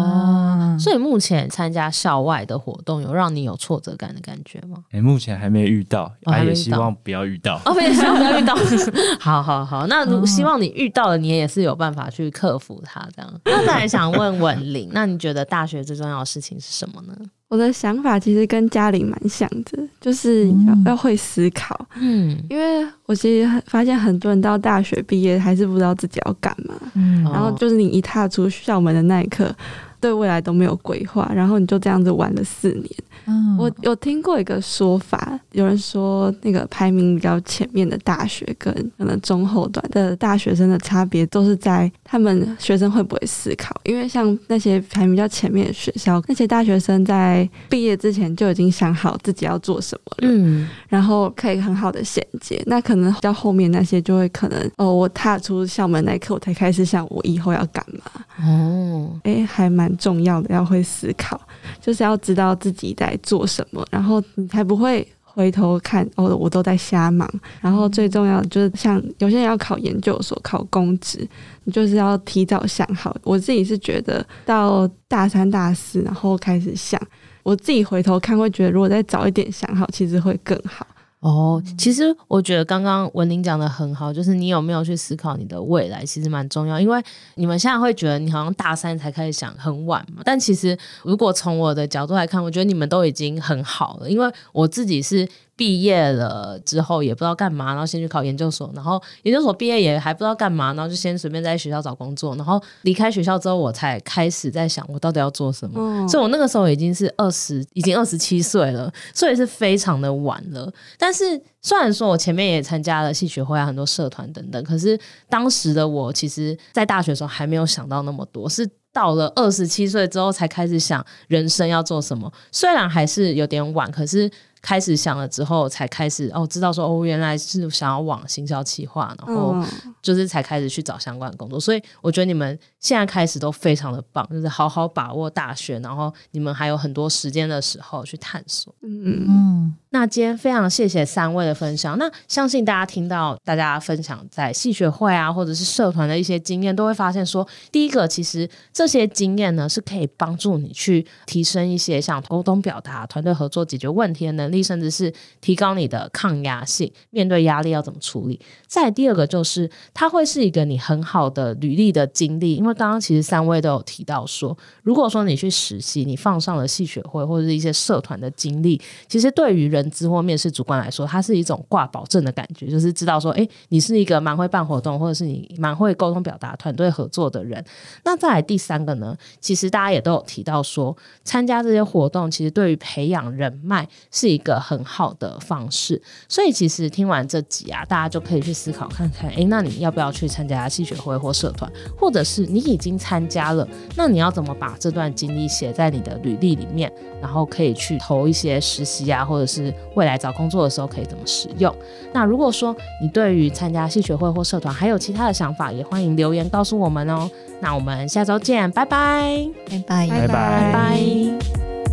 Speaker 1: 啊，
Speaker 2: 所以目前参加校外的活动，有让你有挫折感的感觉吗？
Speaker 3: 哎、目前还没遇到，
Speaker 2: 哦
Speaker 3: 啊，
Speaker 2: 还没遇
Speaker 3: 也
Speaker 2: 到
Speaker 3: 希望不要遇到。
Speaker 2: 哦，没有，希望不要遇到。 (laughs) 嗯好好好，那如希望你遇到了，你也是有办法去克服它这样。 (laughs) 那再来想问文玲，那你觉得大学最重要的事情是什么呢？
Speaker 4: 我的想法其实跟嘉玲蛮像的，就是要、要会思考，
Speaker 2: 嗯，
Speaker 4: 因为我其实很发现很多人到大学毕业还是不知道自己要干嘛，
Speaker 1: 嗯
Speaker 2: 哦
Speaker 4: 然后就是你一踏出校门的那一刻，对未来都没有规划，然后你就这样子玩了四年。
Speaker 1: 嗯
Speaker 4: 我有听过一个说法，有人说那个排名比较前面的大学跟可能中后段的大学生的差别，都是在他们学生会不会思考。因为像那些排名比较前面的学校，那些大学生在毕业之前就已经想好自己要做什么了，
Speaker 2: 嗯，
Speaker 4: 然后可以很好的衔接。那可能到后面那些就会可能哦，我踏出校门那一刻，我才开始想我以后要干嘛。
Speaker 2: 哦，
Speaker 4: 诶，还蛮重要的，要会思考，就是要知道自己在做什么，然后你才不会回头看哦，我都在瞎忙。然后最重要的就是像有些人要考研究所、考公职，你就是要提早想好。我自己是觉得到大三、大四，然后开始想，我自己回头看会觉得，如果再早一点想好，其实会更好。
Speaker 2: 哦，其实我觉得刚刚文玲讲的很好，就是你有没有去思考你的未来，其实蛮重要。因为你们现在会觉得你好像大三才开始想，很晚嘛。但其实如果从我的角度来看，我觉得你们都已经很好了。因为我自己是毕业了之后也不知道干嘛，然后先去考研究所，然后研究所毕业也还不知道干嘛，然后就先随便在学校找工作，然后离开学校之后，我才开始在想我到底要做什么。
Speaker 4: 嗯
Speaker 2: 所以我那个时候已经是二十，已经二十七岁了，所以是非常的晚了。但是虽然说我前面也参加了戏曲会啊、很多社团等等，可是当时的我其实，在大学的时候还没有想到那么多，是到了二十七岁之后才开始想人生要做什么。虽然还是有点晚，可是开始想了之后，才开始哦，知道说哦，原来是想要往行销企划，然后
Speaker 4: 嗯，
Speaker 2: 就是才开始去找相关的工作。所以我觉得你们现在开始都非常的棒，就是好好把握大学，然后你们还有很多时间的时候去探索。
Speaker 4: 嗯，
Speaker 5: 嗯，
Speaker 2: 那今天非常谢谢三位的分享。那相信大家听到大家分享在戏学会啊，或者是社团的一些经验，都会发现说，第一个其实这些经验呢是可以帮助你去提升一些像沟通表达、团队合作、解决问题的能力，甚至是提高你的抗压性，面对压力要怎么处理。再来第二个就是，它会是一个你很好的履历的经历，因为刚刚其实三位都有提到说，如果说你去实习，你放上了戏学会或者是一些社团的经历，其实对于人资或面试主管来说，它是一种挂保证的感觉，就是知道说，诶，你是一个蛮会办活动，或者是你蛮会沟通表达、团队合作的人。那再来第三个呢，其实大家也都有提到说，参加这些活动，其实对于培养人脉是一个很好的方式。所以其实听完这集啊，大家就可以去思考看看，诶，那你要不要去参加戏学会或社团，或者是你已经参加了，那你要怎么把这段经历写在你的履历里面，然后可以去投一些实习啊，或者是未来找工作的时候可以怎么使用？那如果说你对于参加戏学会或社团还有其他的想法，也欢迎留言告诉我们哦。那我们下周见，拜拜，
Speaker 5: 拜拜。
Speaker 3: 拜拜
Speaker 2: 拜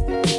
Speaker 2: 拜